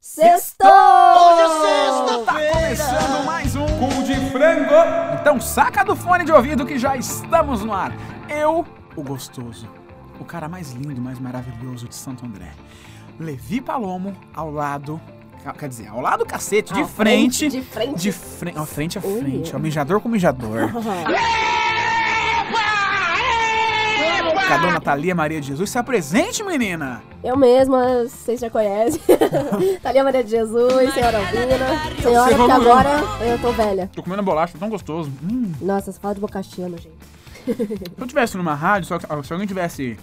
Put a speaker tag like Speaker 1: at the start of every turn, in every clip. Speaker 1: Sextou!
Speaker 2: Tá começando mais um Cu de Frango. Então saca do fone de ouvido que já estamos no ar. Eu, o gostoso, o cara mais lindo, mais maravilhoso de Santo André. Levi Palomo ao lado, ca- quer dizer, ao lado do cacete, de
Speaker 1: Ao
Speaker 2: frente,
Speaker 1: De frente.
Speaker 2: de frente, ó, frente a
Speaker 1: Oi.
Speaker 2: frente, ó, mijador com mijador. Cadona Thalia Maria de Jesus, se apresente, menina.
Speaker 1: Eu mesma, vocês já conhecem. Thalia Maria de Jesus, senhora Albina. Senhora,
Speaker 2: Você
Speaker 1: porque
Speaker 2: evoluiu.
Speaker 1: agora eu tô velha.
Speaker 2: Tô comendo bolacha, tão gostoso. Hum.
Speaker 1: Nossa, você fala de boca cheia, gente.
Speaker 2: Se eu tivesse numa rádio, só que- se alguém tivesse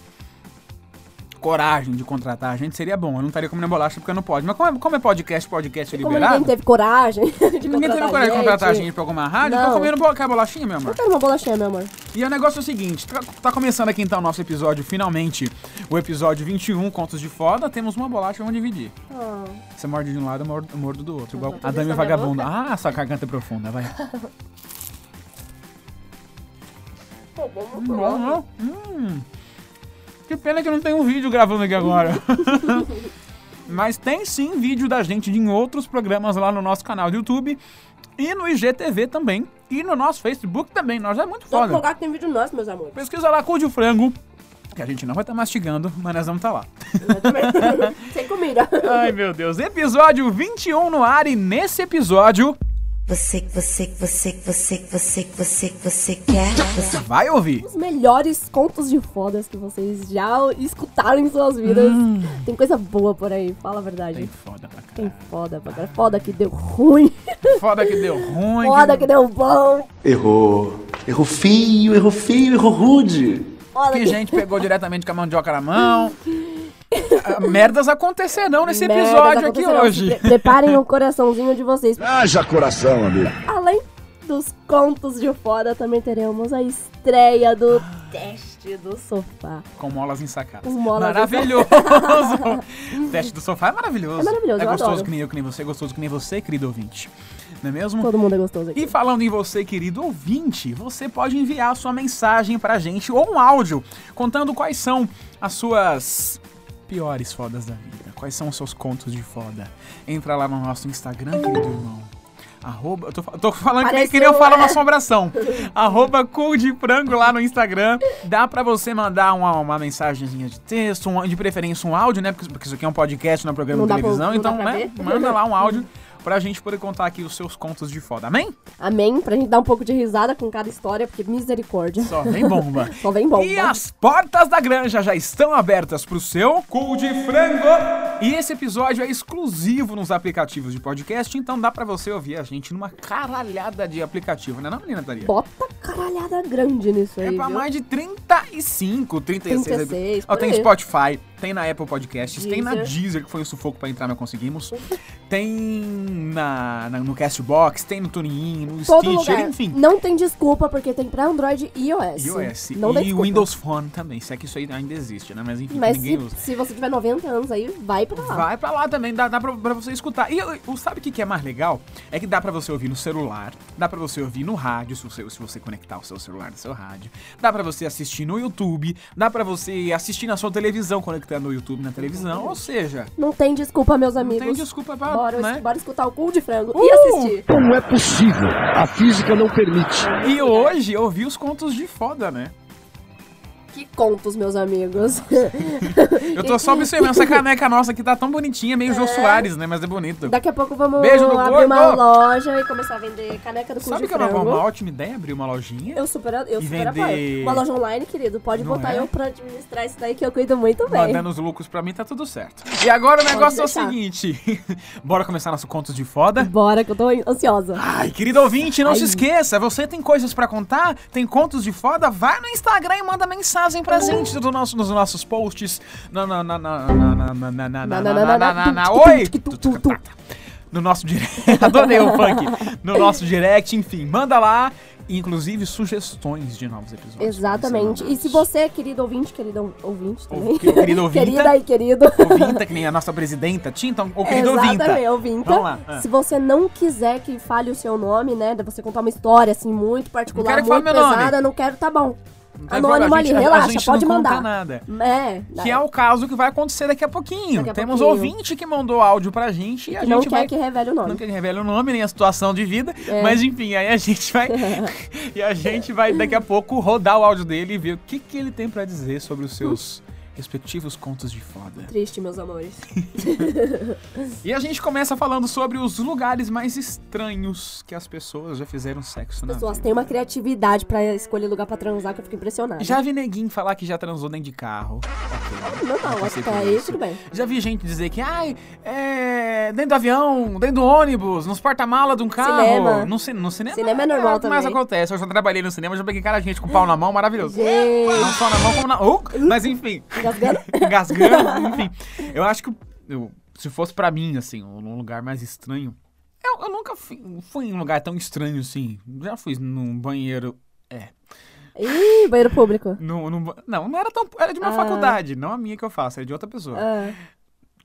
Speaker 2: coragem de contratar a gente, seria bom. Eu não estaria comendo bolacha porque não pode. Mas como é, como é podcast, podcast é
Speaker 1: Como
Speaker 2: liberado,
Speaker 1: ninguém teve coragem de
Speaker 2: ninguém teve
Speaker 1: contratar
Speaker 2: coragem de contratar a gente pra alguma rádio, eu tô
Speaker 1: Não.
Speaker 2: comendo bo- quer bolachinha, meu
Speaker 1: Eu
Speaker 2: amor.
Speaker 1: quero uma bolachinha, meu amor.
Speaker 2: E o negócio é o seguinte, tá, tá começando aqui então o nosso episódio, finalmente, o episódio 21, Contos de Foda, temos uma bolacha, vamos dividir.
Speaker 1: Ah,
Speaker 2: Você morde de um lado, eu mordo, eu mordo do outro, igual
Speaker 1: Tudo
Speaker 2: a
Speaker 1: isso
Speaker 2: dama
Speaker 1: na minha
Speaker 2: vagabunda. Ah, sua garganta é profunda, vai. Hum, bom,
Speaker 1: Uhum.
Speaker 2: não? Hum. Que pena que não tem um vídeo gravando aqui agora. Mas tem sim vídeo da gente em outros programas lá no nosso canal do YouTube e no IGTV também. E no nosso Facebook também. Nós é muito
Speaker 1: Todo
Speaker 2: foda.
Speaker 1: lugar que tem vídeo nosso, meus amores.
Speaker 2: Pesquisa lá, cu de frango. Que a gente não vai estar mastigando, mas nós vamos estar lá.
Speaker 1: Né, Sem comida.
Speaker 2: Ai meu Deus. Episódio 21 no ar e nesse episódio.
Speaker 3: Você, você, você, você, você, você, você quer? Você
Speaker 2: Vai ouvir.
Speaker 1: Os melhores contos de fodas que vocês já escutaram em suas vidas. Tem coisa boa por aí, fala a verdade.
Speaker 2: Hum. Tem foda pra cá.
Speaker 1: Tem foda, pra cara. Foda que deu ruim.
Speaker 2: Foda que deu ruim.
Speaker 1: Foda que deu bom.
Speaker 4: Errou. Errou feio, errou feio, errou rude.
Speaker 1: Foda
Speaker 2: que
Speaker 1: que,
Speaker 2: gente pegou diretamente com a mandioca na mão. Ah, Merdas acontecerão nesse
Speaker 1: merdas
Speaker 2: episódio aqui
Speaker 1: aconteceram.
Speaker 2: hoje.
Speaker 1: tá Pre- Preparem o coraçãozinho de vocês.
Speaker 4: Haja coração, amigo.
Speaker 1: Além dos contos de foda, também teremos a estreia do teste do sofá.
Speaker 2: Com molas ensacadas.
Speaker 1: Com molas
Speaker 2: maravilhoso! o teste do sofá é maravilhoso.
Speaker 1: É maravilhoso,
Speaker 2: É
Speaker 1: eu
Speaker 2: gostoso
Speaker 1: adoro.
Speaker 2: que nem eu, que nem você, é gostoso que nem você, querido ouvinte. Não é mesmo?
Speaker 1: Todo mundo é gostoso aqui.
Speaker 2: E falando em você, querido ouvinte, você pode enviar a sua mensagem pra gente ou um áudio contando quais são as suas piores fodas da vida, quais são os seus contos de foda. Entra lá no nosso Instagram, querido irmão. Arroba, eu tô, fa- tô falando que nem, que nem eu
Speaker 1: Pareceu,
Speaker 2: falo uma
Speaker 1: é.
Speaker 2: assombração. Arroba cool de frango lá no Instagram. Dá pra você mandar uma, uma mensagenzinha de texto, um- de preferência um áudio, né? Porque, porque isso aqui é um podcast, não é
Speaker 1: Não
Speaker 2: programa de
Speaker 1: dá pra- não
Speaker 2: televisão.
Speaker 1: dá
Speaker 2: então,
Speaker 1: pra
Speaker 2: né?
Speaker 1: ver.
Speaker 2: Manda lá um áudio pra gente poder contar aqui os seus contos de foda. Amém?
Speaker 1: Amém? Pra gente dar um pouco de risada com cada história, porque misericórdia.
Speaker 2: Só vem bomba.
Speaker 1: Só vem bom.
Speaker 2: E as portas da granja já estão abertas pro seu cu de frango. E esse episódio é exclusivo nos aplicativos de podcast, então dá pra você ouvir a gente numa caralhada de aplicativo, né, não, menina Taria?
Speaker 1: Bota caralhada grande nisso aí.
Speaker 2: É pra
Speaker 1: viu?
Speaker 2: mais de 35, 36.
Speaker 1: 36,
Speaker 2: Ó,
Speaker 1: por
Speaker 2: tem
Speaker 1: aí.
Speaker 2: Spotify, tem na Apple Podcasts, tem na
Speaker 1: Deezer.
Speaker 2: Deezer, que foi um sufoco pra entrar, mas conseguimos. tem na, na- no Castbox, tem no TuneIn, no
Speaker 1: Todo
Speaker 2: Stitcher,
Speaker 1: lugar.
Speaker 2: enfim.
Speaker 1: Não tem desculpa, porque tem pra Android e iOS.
Speaker 2: iOS
Speaker 1: Não tem
Speaker 2: e
Speaker 1: desculpa.
Speaker 2: Windows Phone também, se é que isso aí ainda existe, né? Mas enfim,
Speaker 1: Mas
Speaker 2: ninguém
Speaker 1: se,
Speaker 2: usa.
Speaker 1: se você tiver 90 anos aí, vai pra lá.
Speaker 2: Vai pra lá também, dá, dá pra, pra você escutar. E eu- eu- sabe o que, que é mais legal? É que dá pra você ouvir no celular, dá pra você ouvir no rádio, se você, se você conectar o seu celular no seu rádio, dá pra você assistir no YouTube, dá pra você assistir na sua televisão, conectando o YouTube na televisão, ou seja,
Speaker 1: Não tem desculpa, meus amigos.
Speaker 2: não tem desculpa pra.
Speaker 1: Bora,
Speaker 2: né?
Speaker 1: bora escutar o cu de frango
Speaker 2: Uh!
Speaker 1: e assistir.
Speaker 4: Não é possível. A física não permite.
Speaker 2: E hoje eu vi os contos de foda, né?
Speaker 1: Que contos, meus amigos.
Speaker 2: Eu tô só observando essa caneca nossa que tá tão bonitinha, meio Jô Soares, né? Mas é bonito.
Speaker 1: Daqui a pouco vamos
Speaker 2: Beijo no
Speaker 1: abrir uma
Speaker 2: gordo.
Speaker 1: loja e começar a vender caneca do cu
Speaker 2: Sabe
Speaker 1: de
Speaker 2: que é uma,
Speaker 1: frango.
Speaker 2: uma ótima ideia abrir uma lojinha?
Speaker 1: eu super, eu
Speaker 2: E
Speaker 1: super
Speaker 2: vender-
Speaker 1: apoio. Uma loja online, querido. Pode
Speaker 2: Não
Speaker 1: botar
Speaker 2: é?
Speaker 1: eu pra administrar isso daí que eu cuido muito bem.
Speaker 2: Mandando os lucros pra mim, tá tudo certo. E agora o negócio é o
Speaker 1: deixar.
Speaker 2: seguinte: bora começar nosso contos de foda?
Speaker 1: Bora, que eu tô ansiosa.
Speaker 2: Ai, querido ouvinte, não se
Speaker 1: Ai.
Speaker 2: esqueça, você tem coisas pra contar, tem contos de foda, vai no Instagram e manda mensagem pra gente do nosso, nos nossos posts. Na, na, na, na, na, na, na, na, na, na, na, na, na, na, Oi! No nosso direct. Adorei o funk. No nosso direct, enfim, manda lá. Inclusive sugestões de novos episódios.
Speaker 1: Exatamente. E se você, querido ouvinte, querido ouvinte também.
Speaker 2: Ou- querido ouvinte.
Speaker 1: Querida e querido.
Speaker 2: Ouvinta, que nem a nossa presidenta, Tinta, ou querido ouvinta.
Speaker 1: Exatamente, ouvinta.
Speaker 2: Vamos lá, ah.
Speaker 1: Se você não quiser que fale o seu nome, né? De você contar uma história, assim, muito particular,
Speaker 2: Não quero que
Speaker 1: muito
Speaker 2: fale meu nome.
Speaker 1: pesada, não quero, tá bom.
Speaker 2: Tá
Speaker 1: Anônimo
Speaker 2: igual, a
Speaker 1: ali,
Speaker 2: gente- a-
Speaker 1: relaxa,
Speaker 2: a gente
Speaker 1: pode
Speaker 2: não conta
Speaker 1: mandar.
Speaker 2: nada.
Speaker 1: É.
Speaker 2: Que é o caso que vai acontecer daqui a pouquinho.
Speaker 1: Daqui a
Speaker 2: Temos
Speaker 1: pouquinho.
Speaker 2: ouvinte que mandou áudio pra gente e a
Speaker 1: que
Speaker 2: gente
Speaker 1: não quer
Speaker 2: vai.
Speaker 1: que revele o
Speaker 2: Não
Speaker 1: nome.
Speaker 2: que ele revele o nome, nem a situação de vida,
Speaker 1: É.
Speaker 2: mas enfim, aí a gente vai. e a gente vai daqui a pouco rodar o áudio dele e ver o que, que ele tem pra dizer sobre os seus respectivos contos de foda.
Speaker 1: Triste, meus amores.
Speaker 2: Ah. E a gente começa falando sobre os lugares mais estranhos que as pessoas já fizeram sexo na
Speaker 1: Pessoas
Speaker 2: vida.
Speaker 1: têm uma criatividade pra escolher lugar pra transar que eu fico impressionada.
Speaker 2: Já vi neguinho falar que já transou dentro de carro. Ok.
Speaker 1: Não, não, acho
Speaker 2: passei
Speaker 1: que é
Speaker 2: por
Speaker 1: aí
Speaker 2: isso.
Speaker 1: tudo bem.
Speaker 2: Já vi gente dizer que, ai, é. dentro do avião, dentro do ônibus, nos porta-mala de um carro.
Speaker 1: Cinema.
Speaker 2: No, ci- no cinema.
Speaker 1: Cinema é normal
Speaker 2: o que mais
Speaker 1: também.
Speaker 2: acontece. Eu já trabalhei no cinema, já peguei cara de gente com pau na mão, maravilhoso.
Speaker 1: Gente,
Speaker 2: Não só na mão, como na. Oh, mas enfim.
Speaker 1: Engasgando?
Speaker 2: Engasgando, enfim. Eu acho que. eu- se fosse pra mim, assim, um lugar mais estranho. Eu, eu nunca fui, fui em um lugar tão estranho assim. Já fui num banheiro. É.
Speaker 1: Ih, banheiro público.
Speaker 2: num- num ba- não, não era tão. Era de uma
Speaker 1: Ah.
Speaker 2: faculdade, não a minha que eu faço, era de outra pessoa.
Speaker 1: Ah,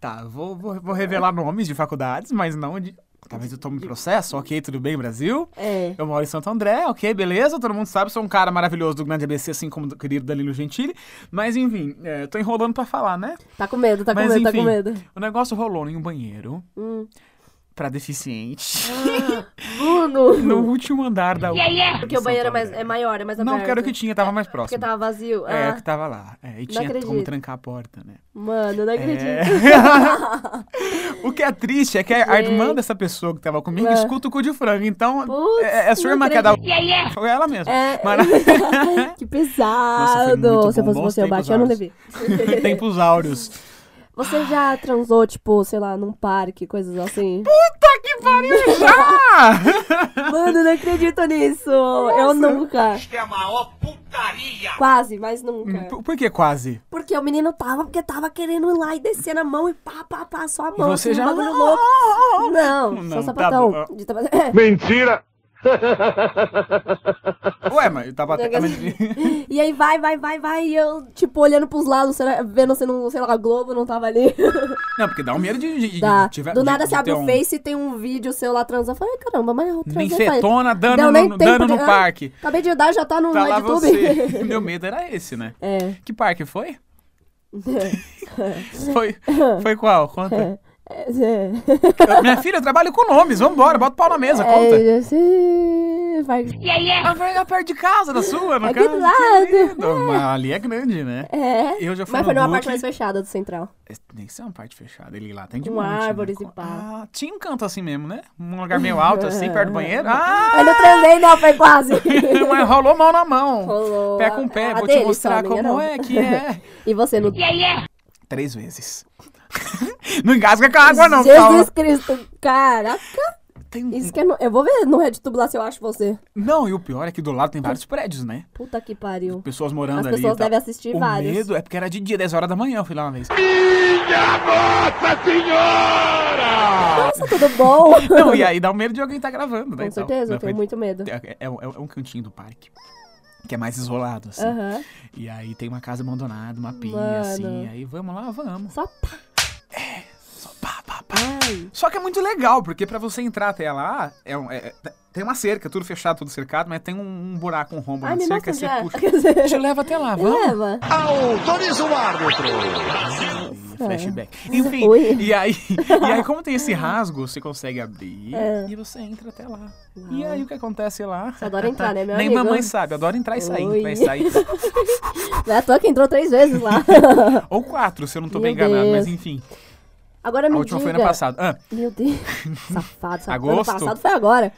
Speaker 2: Tá, vou, vou, vou revelar nomes de faculdades, mas não de. Talvez eu tome processo, ok, tudo bem, Brasil.
Speaker 1: é.
Speaker 2: Eu moro em Santo André, ok, beleza, todo mundo sabe, sou um cara maravilhoso do Grande ABC, assim como o querido Danilo Gentili. Mas enfim, é, tô enrolando pra falar, né?
Speaker 1: Tá com medo, tá com
Speaker 2: Mas
Speaker 1: medo, tá
Speaker 2: enfim.
Speaker 1: com medo. Hum.
Speaker 2: O negócio rolou em um banheiro pra deficiente,
Speaker 1: Bruno!
Speaker 2: no último andar da UFRJ.
Speaker 1: Porque o banheiro Ah. é, mais, é maior, é mais aberto.
Speaker 2: Não, porque era o que tinha, tava mais
Speaker 1: Porque
Speaker 2: próximo.
Speaker 1: tava vazio.
Speaker 2: É,
Speaker 1: Ah,
Speaker 2: o que tava lá. É, e tinha como
Speaker 1: acredito.
Speaker 2: trancar a porta, né?
Speaker 1: Mano, não acredito.
Speaker 2: É. o que é triste é que a
Speaker 1: Gente.
Speaker 2: irmã dessa pessoa que tava comigo
Speaker 1: Ah.
Speaker 2: escuta o cu de frango. Então,
Speaker 1: Putz,
Speaker 2: é, é sua
Speaker 1: não
Speaker 2: irmã que é da.
Speaker 1: acredito.
Speaker 2: Foi ela mesma.
Speaker 1: É.
Speaker 2: Mara-
Speaker 1: que
Speaker 2: Nossa, foi
Speaker 1: pesado!
Speaker 2: muito bom.
Speaker 1: Se eu fosse
Speaker 2: Bons
Speaker 1: você, eu
Speaker 2: tempos
Speaker 1: bati, eu não
Speaker 2: áureos.
Speaker 1: levei.
Speaker 2: Tempos áureos.
Speaker 1: Você já transou, tipo, sei lá, num parque, coisas assim?
Speaker 2: Puta que pariu já!
Speaker 1: Mano, não acredito nisso! Eu nunca.
Speaker 5: é a maior putaria.
Speaker 1: Quase, mas nunca.
Speaker 2: Por, por que quase?
Speaker 1: Porque o menino tava, porque tava querendo ir lá e descer na mão e pá, pá, pá, só a
Speaker 2: E
Speaker 1: mão.
Speaker 2: você
Speaker 1: assim,
Speaker 2: já. oh,
Speaker 1: um bagulho louco. Não,
Speaker 2: Não,
Speaker 1: só
Speaker 2: tá
Speaker 1: sapatão.
Speaker 2: bom.
Speaker 1: De tapa- É.
Speaker 5: Mentira!
Speaker 2: Ué, mas eu
Speaker 1: Um
Speaker 2: tava até.
Speaker 1: E aí vai, vai, vai, vai, e eu, tipo, olhando pros lados, será- vendo se não, sei lá, a Globo não tava ali.
Speaker 2: Não, porque dá um medo de. de- de-
Speaker 1: Tá.
Speaker 2: tiver-
Speaker 1: Do
Speaker 2: de-
Speaker 1: nada
Speaker 2: de
Speaker 1: se abre
Speaker 2: ter
Speaker 1: o
Speaker 2: um-
Speaker 1: Face e tem um vídeo seu lá transando. Eu falei, "Ai, caramba, mas eu transei.
Speaker 2: Ninfetona
Speaker 1: pai."
Speaker 2: dando
Speaker 1: Não,
Speaker 2: no-
Speaker 1: nem
Speaker 2: no-
Speaker 1: tempo
Speaker 2: dando
Speaker 1: de-
Speaker 2: no
Speaker 1: ah,
Speaker 2: parque.
Speaker 1: Acabei de dar, já tá no
Speaker 2: Tá lá você.
Speaker 1: YouTube.
Speaker 2: Meu medo era esse, né?
Speaker 1: é.
Speaker 2: Que parque foi? Foi, foi qual? Conta.
Speaker 1: É,
Speaker 2: Eu- minha filha, eu trabalho com nomes. Vambora, bota o pau na mesa, Tá conta.
Speaker 1: é, assim, vai-
Speaker 2: A verga perto de casa da sua, no
Speaker 1: Aqui
Speaker 2: caso.
Speaker 1: É do lado.
Speaker 2: lindo. Mas ali é grande, né?
Speaker 1: É.
Speaker 2: Eu já fui
Speaker 1: Mas
Speaker 2: no
Speaker 1: foi numa
Speaker 2: Duque.
Speaker 1: parte mais fechada do Central.
Speaker 2: Tem que ser uma parte fechada. Ele lá tem de
Speaker 1: Com
Speaker 2: monte, né?
Speaker 1: árvores e
Speaker 2: Com-
Speaker 1: pá.
Speaker 2: Ah, tinha um canto assim mesmo, né? Um lugar meio alto, assim, perto do banheiro. Ah!
Speaker 1: Eu não transei, não, foi quase.
Speaker 2: Mas rolou mão na mão.
Speaker 1: Rolou.
Speaker 2: Pé com pé.
Speaker 1: A
Speaker 2: Vou te
Speaker 1: dele
Speaker 2: mostrar
Speaker 1: só, a minha
Speaker 2: como
Speaker 1: não.
Speaker 2: é que é.
Speaker 1: E você no.
Speaker 2: Três vezes. não engasga com a água, não, Paula.
Speaker 1: Jesus Cristo, caraca!
Speaker 2: Tem um-
Speaker 1: Isso que eu, não- eu vou ver no RedTube lá se eu acho você.
Speaker 2: Não, e o pior é que do lado tem vários prédios, né?
Speaker 1: Puta que pariu.
Speaker 2: Pessoas morando
Speaker 1: As
Speaker 2: ali. e
Speaker 1: pessoas
Speaker 2: tal.
Speaker 1: devem assistir
Speaker 2: o
Speaker 1: vários.
Speaker 2: medo é porque era de dia, 10 horas da manhã, eu fui lá uma vez.
Speaker 5: Nossa senhora!
Speaker 1: Nossa, tudo bom?
Speaker 2: é- Não, e aí dá o medo de alguém estar gravando,
Speaker 1: Com
Speaker 2: né? e tal.
Speaker 1: certeza, eu
Speaker 2: Mas foi-
Speaker 1: tenho muito medo.
Speaker 2: É, é- é um- é um cantinho do parque. Que é mais isolado, assim.
Speaker 1: Aham.
Speaker 2: E aí tem uma casa abandonada, uma pia,
Speaker 1: Mano.
Speaker 2: assim. Aí vamos lá, vamos.
Speaker 1: Só pá.
Speaker 2: Só pá, pá, pá.
Speaker 1: Ai.
Speaker 2: Só que é muito legal, porque pra você entrar até lá, é um- é- é- tem uma cerca, tudo fechado, tudo cercado, mas tem um, um buraco, um rombo
Speaker 1: Ai,
Speaker 2: na
Speaker 1: me
Speaker 2: cerca,
Speaker 1: mostra
Speaker 2: você
Speaker 1: já. É,
Speaker 2: puxa.
Speaker 1: Quer dizer,
Speaker 2: Te leva até lá, vamos.
Speaker 1: Leva.
Speaker 5: Autoriza o árbitro!
Speaker 2: Ih, Flashback. Enfim,
Speaker 1: Ui.
Speaker 2: e aí, e aí, como tem esse rasgo, você consegue abrir e você entra até lá. E aí, o que acontece lá?
Speaker 1: Você É. adora entrar, né, meu
Speaker 2: Nem
Speaker 1: amigo?
Speaker 2: mamãe sabe, adora entrar e sair,
Speaker 1: Ui.
Speaker 2: entrar e sair.
Speaker 1: Não é à toa que entrou três vezes lá.
Speaker 2: Ou quatro, se eu não tô bem
Speaker 1: Meu
Speaker 2: enganado, mas
Speaker 1: Deus.
Speaker 2: enfim.
Speaker 1: Agora
Speaker 2: A
Speaker 1: me
Speaker 2: última foi
Speaker 1: diga.
Speaker 2: ano passado. Ah,
Speaker 1: Meu Deus. Safado, safado. Ano
Speaker 2: Agosto?
Speaker 1: passado foi agora.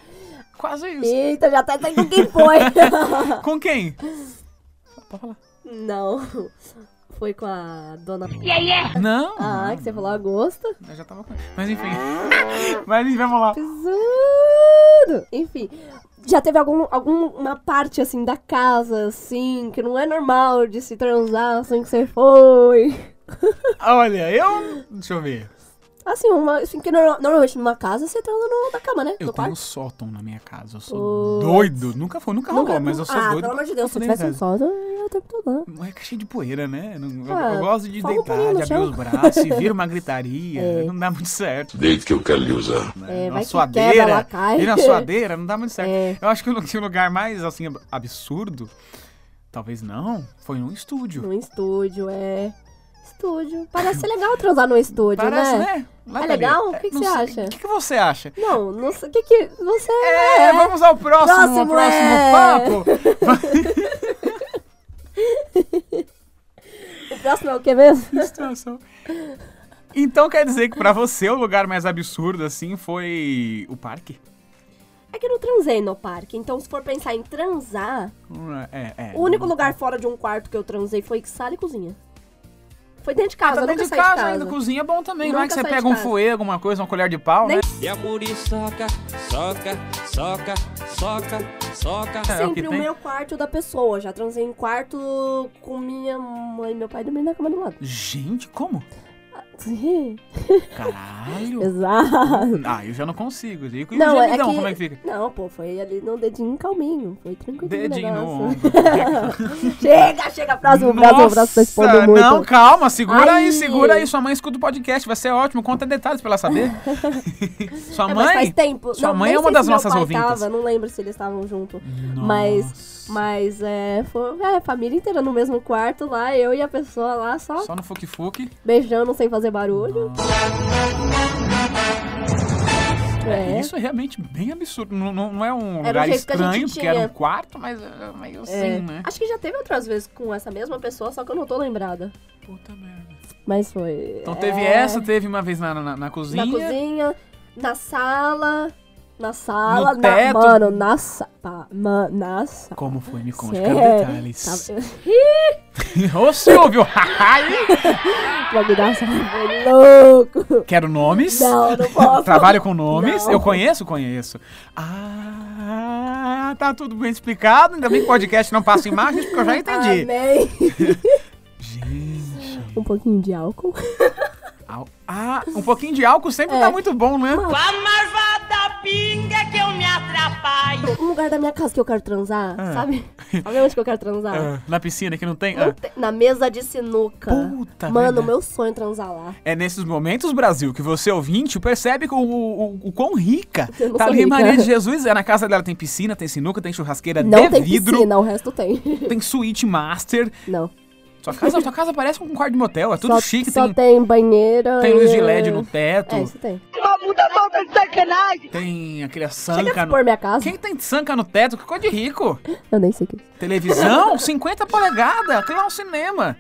Speaker 2: quase isso.
Speaker 1: Eita, já tá até com quem foi.
Speaker 2: Com quem? Pode falar.
Speaker 1: Não. Foi com a dona.
Speaker 2: Não,
Speaker 1: Ah, que você falou agosto.
Speaker 2: eu já tava com. Mas enfim. Mas vamos lá.
Speaker 1: Pesado. Enfim. Já teve algum, alguma parte, assim, da casa, assim, que não é normal de se transar, assim, que você foi?
Speaker 2: Olha, eu. Deixa eu ver.
Speaker 1: Assim, uma, assim que norma- normalmente numa casa você transa no, na cama, né?
Speaker 2: Eu
Speaker 1: no
Speaker 2: tenho um
Speaker 1: quarto.
Speaker 2: sótão na minha casa. Eu sou doido. Nunca foi, nunca rolou, mas eu sou
Speaker 1: ah,
Speaker 2: doido.
Speaker 1: pelo amor de Deus, se eu
Speaker 2: Nem
Speaker 1: tivesse um
Speaker 2: casa.
Speaker 1: sótão, eu ia o tempo todo. né?
Speaker 2: Não é que é cheio de poeira, né? Não- eu- eu,
Speaker 1: Ah,
Speaker 2: gosto de
Speaker 1: fala um
Speaker 2: deitar,
Speaker 1: pouquinho no
Speaker 2: de abrir os
Speaker 1: chão.
Speaker 2: braços e vira uma gritaria. Não dá muito certo.
Speaker 5: Deito que eu quero lhe usar.
Speaker 2: Né?
Speaker 1: É,
Speaker 2: Uma
Speaker 1: vai que
Speaker 2: suadeira.
Speaker 1: quebra, ela cai.
Speaker 2: Vira uma suadeira, não dá muito certo.
Speaker 1: É.
Speaker 2: Eu acho que o lu- que o lugar mais, assim, ab- absurdo Talvez não. Foi num estúdio.
Speaker 1: Num estúdio, é. Estúdio. Parece legal transar num estúdio,
Speaker 2: Parece,
Speaker 1: né?
Speaker 2: né? Lá
Speaker 1: É
Speaker 2: daria.
Speaker 1: legal? O que que
Speaker 2: não
Speaker 1: você
Speaker 2: sei.
Speaker 1: acha?
Speaker 2: O que, que você acha?
Speaker 1: Não, não sei né? o que que. Você
Speaker 2: É, vamos ao próximo,
Speaker 1: Próximo,
Speaker 2: ao próximo
Speaker 1: é.
Speaker 2: papo.
Speaker 1: O próximo é o que mesmo?
Speaker 2: Situação. Então quer dizer que pra você o lugar mais absurdo assim foi o parque?
Speaker 1: É que eu não transei no parque, então se for pensar em transar,
Speaker 2: Hum, É, é.
Speaker 1: o único lugar fora de um quarto que eu transei foi sala e cozinha. Foi dentro de casa,
Speaker 2: Tá
Speaker 1: eu
Speaker 2: dentro
Speaker 1: nunca
Speaker 2: de
Speaker 1: saí
Speaker 2: casa,
Speaker 1: de casa.
Speaker 2: ainda, cozinha é bom também. Não é
Speaker 1: Nunca
Speaker 2: que você
Speaker 1: saí de
Speaker 2: pega um
Speaker 1: casa.
Speaker 2: fuê, alguma coisa, uma colher de pau,
Speaker 1: Nem
Speaker 2: né?
Speaker 6: E a muriçoca, soca, soca, soca, soca.
Speaker 2: É, o que
Speaker 1: Sempre o
Speaker 2: tem.
Speaker 1: meu quarto da pessoa. Já transei em quarto com minha mãe e meu pai dormindo na cama do lado.
Speaker 2: Gente, como?
Speaker 1: Sim,
Speaker 2: Caralho.
Speaker 1: Exato.
Speaker 2: ah, eu já não consigo. E o
Speaker 1: Não, é
Speaker 2: gemidão,
Speaker 1: que...
Speaker 2: como é que fica?
Speaker 1: Não, pô, foi ali no dedinho calminho. Foi tranquilo. o
Speaker 2: Dedinho no
Speaker 1: negócio.
Speaker 2: ombro. é
Speaker 1: Chega, chega, próximo, próximo, próximo, tá expondo muito.
Speaker 2: Não, calma, segura aí,
Speaker 1: Ai.
Speaker 2: segura aí. Sua mãe escuta o podcast, vai ser ótimo. Conta detalhes pra ela saber. Sua
Speaker 1: É, mas
Speaker 2: mãe?
Speaker 1: faz tempo.
Speaker 2: Sua
Speaker 1: Não,
Speaker 2: mãe
Speaker 1: nem
Speaker 2: é uma
Speaker 1: sei
Speaker 2: das
Speaker 1: se meu
Speaker 2: nossas
Speaker 1: pai
Speaker 2: ouvintas.
Speaker 1: Tava, não lembro se eles estavam junto. Mas,
Speaker 2: Nossa.
Speaker 1: mas é, foi, é, a família inteira no mesmo quarto lá, eu e a pessoa lá só
Speaker 2: Só no Fuki Fuki.
Speaker 1: beijando sem fazer barulho. É.
Speaker 2: Isso é realmente bem absurdo. Não, não, não é um
Speaker 1: o
Speaker 2: lugar
Speaker 1: jeito que a gente
Speaker 2: estranho, porque era um
Speaker 1: tinha.
Speaker 2: quarto, mas era meio assim,
Speaker 1: é.
Speaker 2: né?
Speaker 1: Acho que já teve outras vezes com essa mesma pessoa, só que eu não tô lembrada.
Speaker 2: Puta merda.
Speaker 1: Mas foi.
Speaker 2: Então teve
Speaker 1: é,
Speaker 2: essa, teve uma vez na, na, na cozinha.
Speaker 1: Na cozinha, na sala. Na sala,
Speaker 2: No
Speaker 1: na,
Speaker 2: teto.
Speaker 1: mano, na sala. Mano, na sala.
Speaker 2: Como foi? Me conte, quero
Speaker 1: Sério? Tá
Speaker 2: detalhes.
Speaker 1: Tava-
Speaker 2: Ô, Silvio! Ai!
Speaker 1: O bagulho da sala foi um louco.
Speaker 2: quero nomes.
Speaker 1: Não, não posso.
Speaker 2: Trabalho com nomes.
Speaker 1: Não.
Speaker 2: Eu conheço? Conheço. Ah, tá tudo bem explicado. Ainda bem que o podcast não passa imagens, porque eu já entendi.
Speaker 1: Amei.
Speaker 2: Gente.
Speaker 1: Um pouquinho de álcool.
Speaker 2: Al- Ah, um pouquinho de álcool sempre
Speaker 1: É.
Speaker 2: dá muito bom, né?
Speaker 1: Um lugar da minha casa que eu quero transar,
Speaker 2: Ah.
Speaker 1: sabe? Sabe onde que eu quero transar?
Speaker 2: Ah, Na piscina que não tem.
Speaker 1: Não
Speaker 2: Ah.
Speaker 1: tem- Na mesa de sinuca.
Speaker 2: Puta merda.
Speaker 1: Mano, meu sonho é transar lá.
Speaker 2: É nesses momentos, Brasil, que você ouvinte percebe que o, o, o quão rica
Speaker 1: Eu não
Speaker 2: tá
Speaker 1: sou
Speaker 2: ali
Speaker 1: rica.
Speaker 2: Maria de Jesus. É na casa dela tem piscina, tem sinuca, tem churrasqueira
Speaker 1: Não
Speaker 2: É de
Speaker 1: tem
Speaker 2: vidro,
Speaker 1: piscina, o resto tem.
Speaker 2: tem suíte master.
Speaker 1: Não.
Speaker 2: Sua casa, sua casa parece um quarto de motel, é tudo
Speaker 1: só,
Speaker 2: chique,
Speaker 1: só
Speaker 2: tem,
Speaker 1: tem banheira.
Speaker 2: tem
Speaker 1: e-
Speaker 2: luz de LED no teto,
Speaker 1: É, isso tem.
Speaker 2: tem aquele
Speaker 1: Chega
Speaker 2: sanca
Speaker 1: a
Speaker 2: no...
Speaker 1: pôr minha casa.
Speaker 2: Quem tem sanca no teto? Que coisa de rico.
Speaker 1: Eu nem sei o que é isso.
Speaker 2: Televisão, 50 polegadas, aquilo lá é um cinema.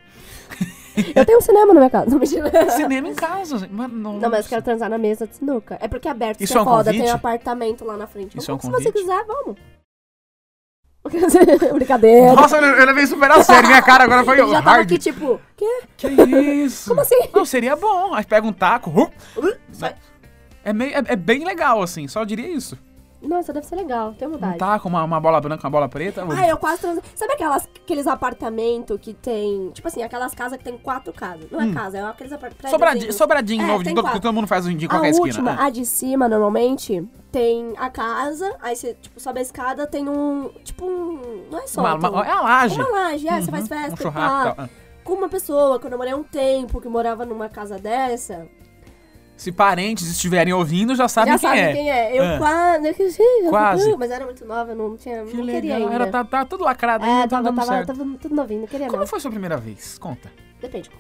Speaker 1: Eu tenho um cinema na minha casa. Não, mentira.
Speaker 2: Cinema em casa. gente. Mas, nossa.
Speaker 1: Não, mas eu quero transar na mesa de sinuca. É porque é aberto,
Speaker 2: Isso
Speaker 1: que
Speaker 2: é um
Speaker 1: foda.
Speaker 2: convite?
Speaker 1: Tem um apartamento lá na frente.
Speaker 2: Isso é um
Speaker 1: Se
Speaker 2: convite?
Speaker 1: você quiser, vamos. Brincadeira.
Speaker 2: Nossa, eu eu levei super a sério. Minha cara agora foi
Speaker 1: Eu já tava
Speaker 2: hard.
Speaker 1: aqui, tipo, quê?
Speaker 2: Que isso?
Speaker 1: Como assim? Uh,
Speaker 2: Não, seria bom. Aí pega um taco. hum,
Speaker 1: Sai.
Speaker 2: É, meio, é, é bem legal, assim. Só diria isso.
Speaker 1: Nossa, deve ser legal, tenho
Speaker 2: Um
Speaker 1: vontade.
Speaker 2: taco, uma, uma bola branca, uma bola preta. um
Speaker 1: Ah, eu quase transei. Sabe aquelas, aqueles apartamentos que tem. Tipo assim, aquelas casas que tem quatro casas. Não é casa, é aqueles apartamentos.
Speaker 2: Sobradinho, sobradinho
Speaker 1: É,
Speaker 2: novo Hum. de
Speaker 1: tem
Speaker 2: todo, que
Speaker 1: quatro.
Speaker 2: todo mundo faz hoje em dia em
Speaker 1: A
Speaker 2: qualquer
Speaker 1: última,
Speaker 2: esquina. É.
Speaker 1: a de cima, normalmente, tem a casa, aí você, tipo, sobe a escada, tem um. Tipo um. Não é só.
Speaker 2: Uma- uma- é a laje.
Speaker 1: Uma laje, é, você
Speaker 2: Uhum,
Speaker 1: faz festa.
Speaker 2: um
Speaker 1: e
Speaker 2: churrasco e
Speaker 1: pá.
Speaker 2: tal, é.
Speaker 1: Com uma pessoa, quando eu morei um tempo, que morava numa casa dessa,
Speaker 2: Se parentes estiverem ouvindo, já sabem
Speaker 1: já
Speaker 2: quem
Speaker 1: sabe
Speaker 2: é.
Speaker 1: quem é. Eu
Speaker 2: Ah.
Speaker 1: quase. eu quis-
Speaker 2: Quase.
Speaker 1: Mas era muito nova, eu não tinha.
Speaker 2: Que
Speaker 1: não queria
Speaker 2: legal.
Speaker 1: ainda.
Speaker 2: Era, tá, tá tudo lacrado ainda,
Speaker 1: É,
Speaker 2: tá
Speaker 1: tava,
Speaker 2: dando
Speaker 1: tava,
Speaker 2: certo.
Speaker 1: tava tudo novinho, não queria
Speaker 2: Como
Speaker 1: não.
Speaker 2: foi a sua primeira vez? Conta.
Speaker 1: Depende.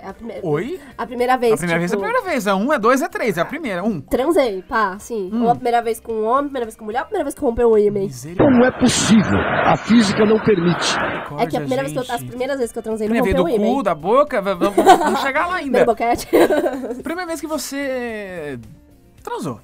Speaker 1: É A primeira,
Speaker 2: Oi?
Speaker 1: a primeira vez.
Speaker 2: a primeira vez é a
Speaker 1: tipo,
Speaker 2: primeira vez. É um, é dois, é três. É a primeira. Um.
Speaker 1: Transei, pá, sim. Ou a primeira vez com um homem, primeira vez com mulher, ou a primeira vez que rompeu um o ímã.
Speaker 2: Hum. Misericórdia.
Speaker 4: é possível. A física não permite.
Speaker 1: É que a primeira vez que eu, as
Speaker 2: gente.
Speaker 1: primeiras vezes que eu transei não
Speaker 2: Primeira vez
Speaker 1: rompeu um
Speaker 2: do
Speaker 1: o ímã.
Speaker 2: cu, da boca, v- v- vamos vamos chegar lá ainda.
Speaker 1: Primeiro boquete.
Speaker 2: Primeira vez que você eh, transou.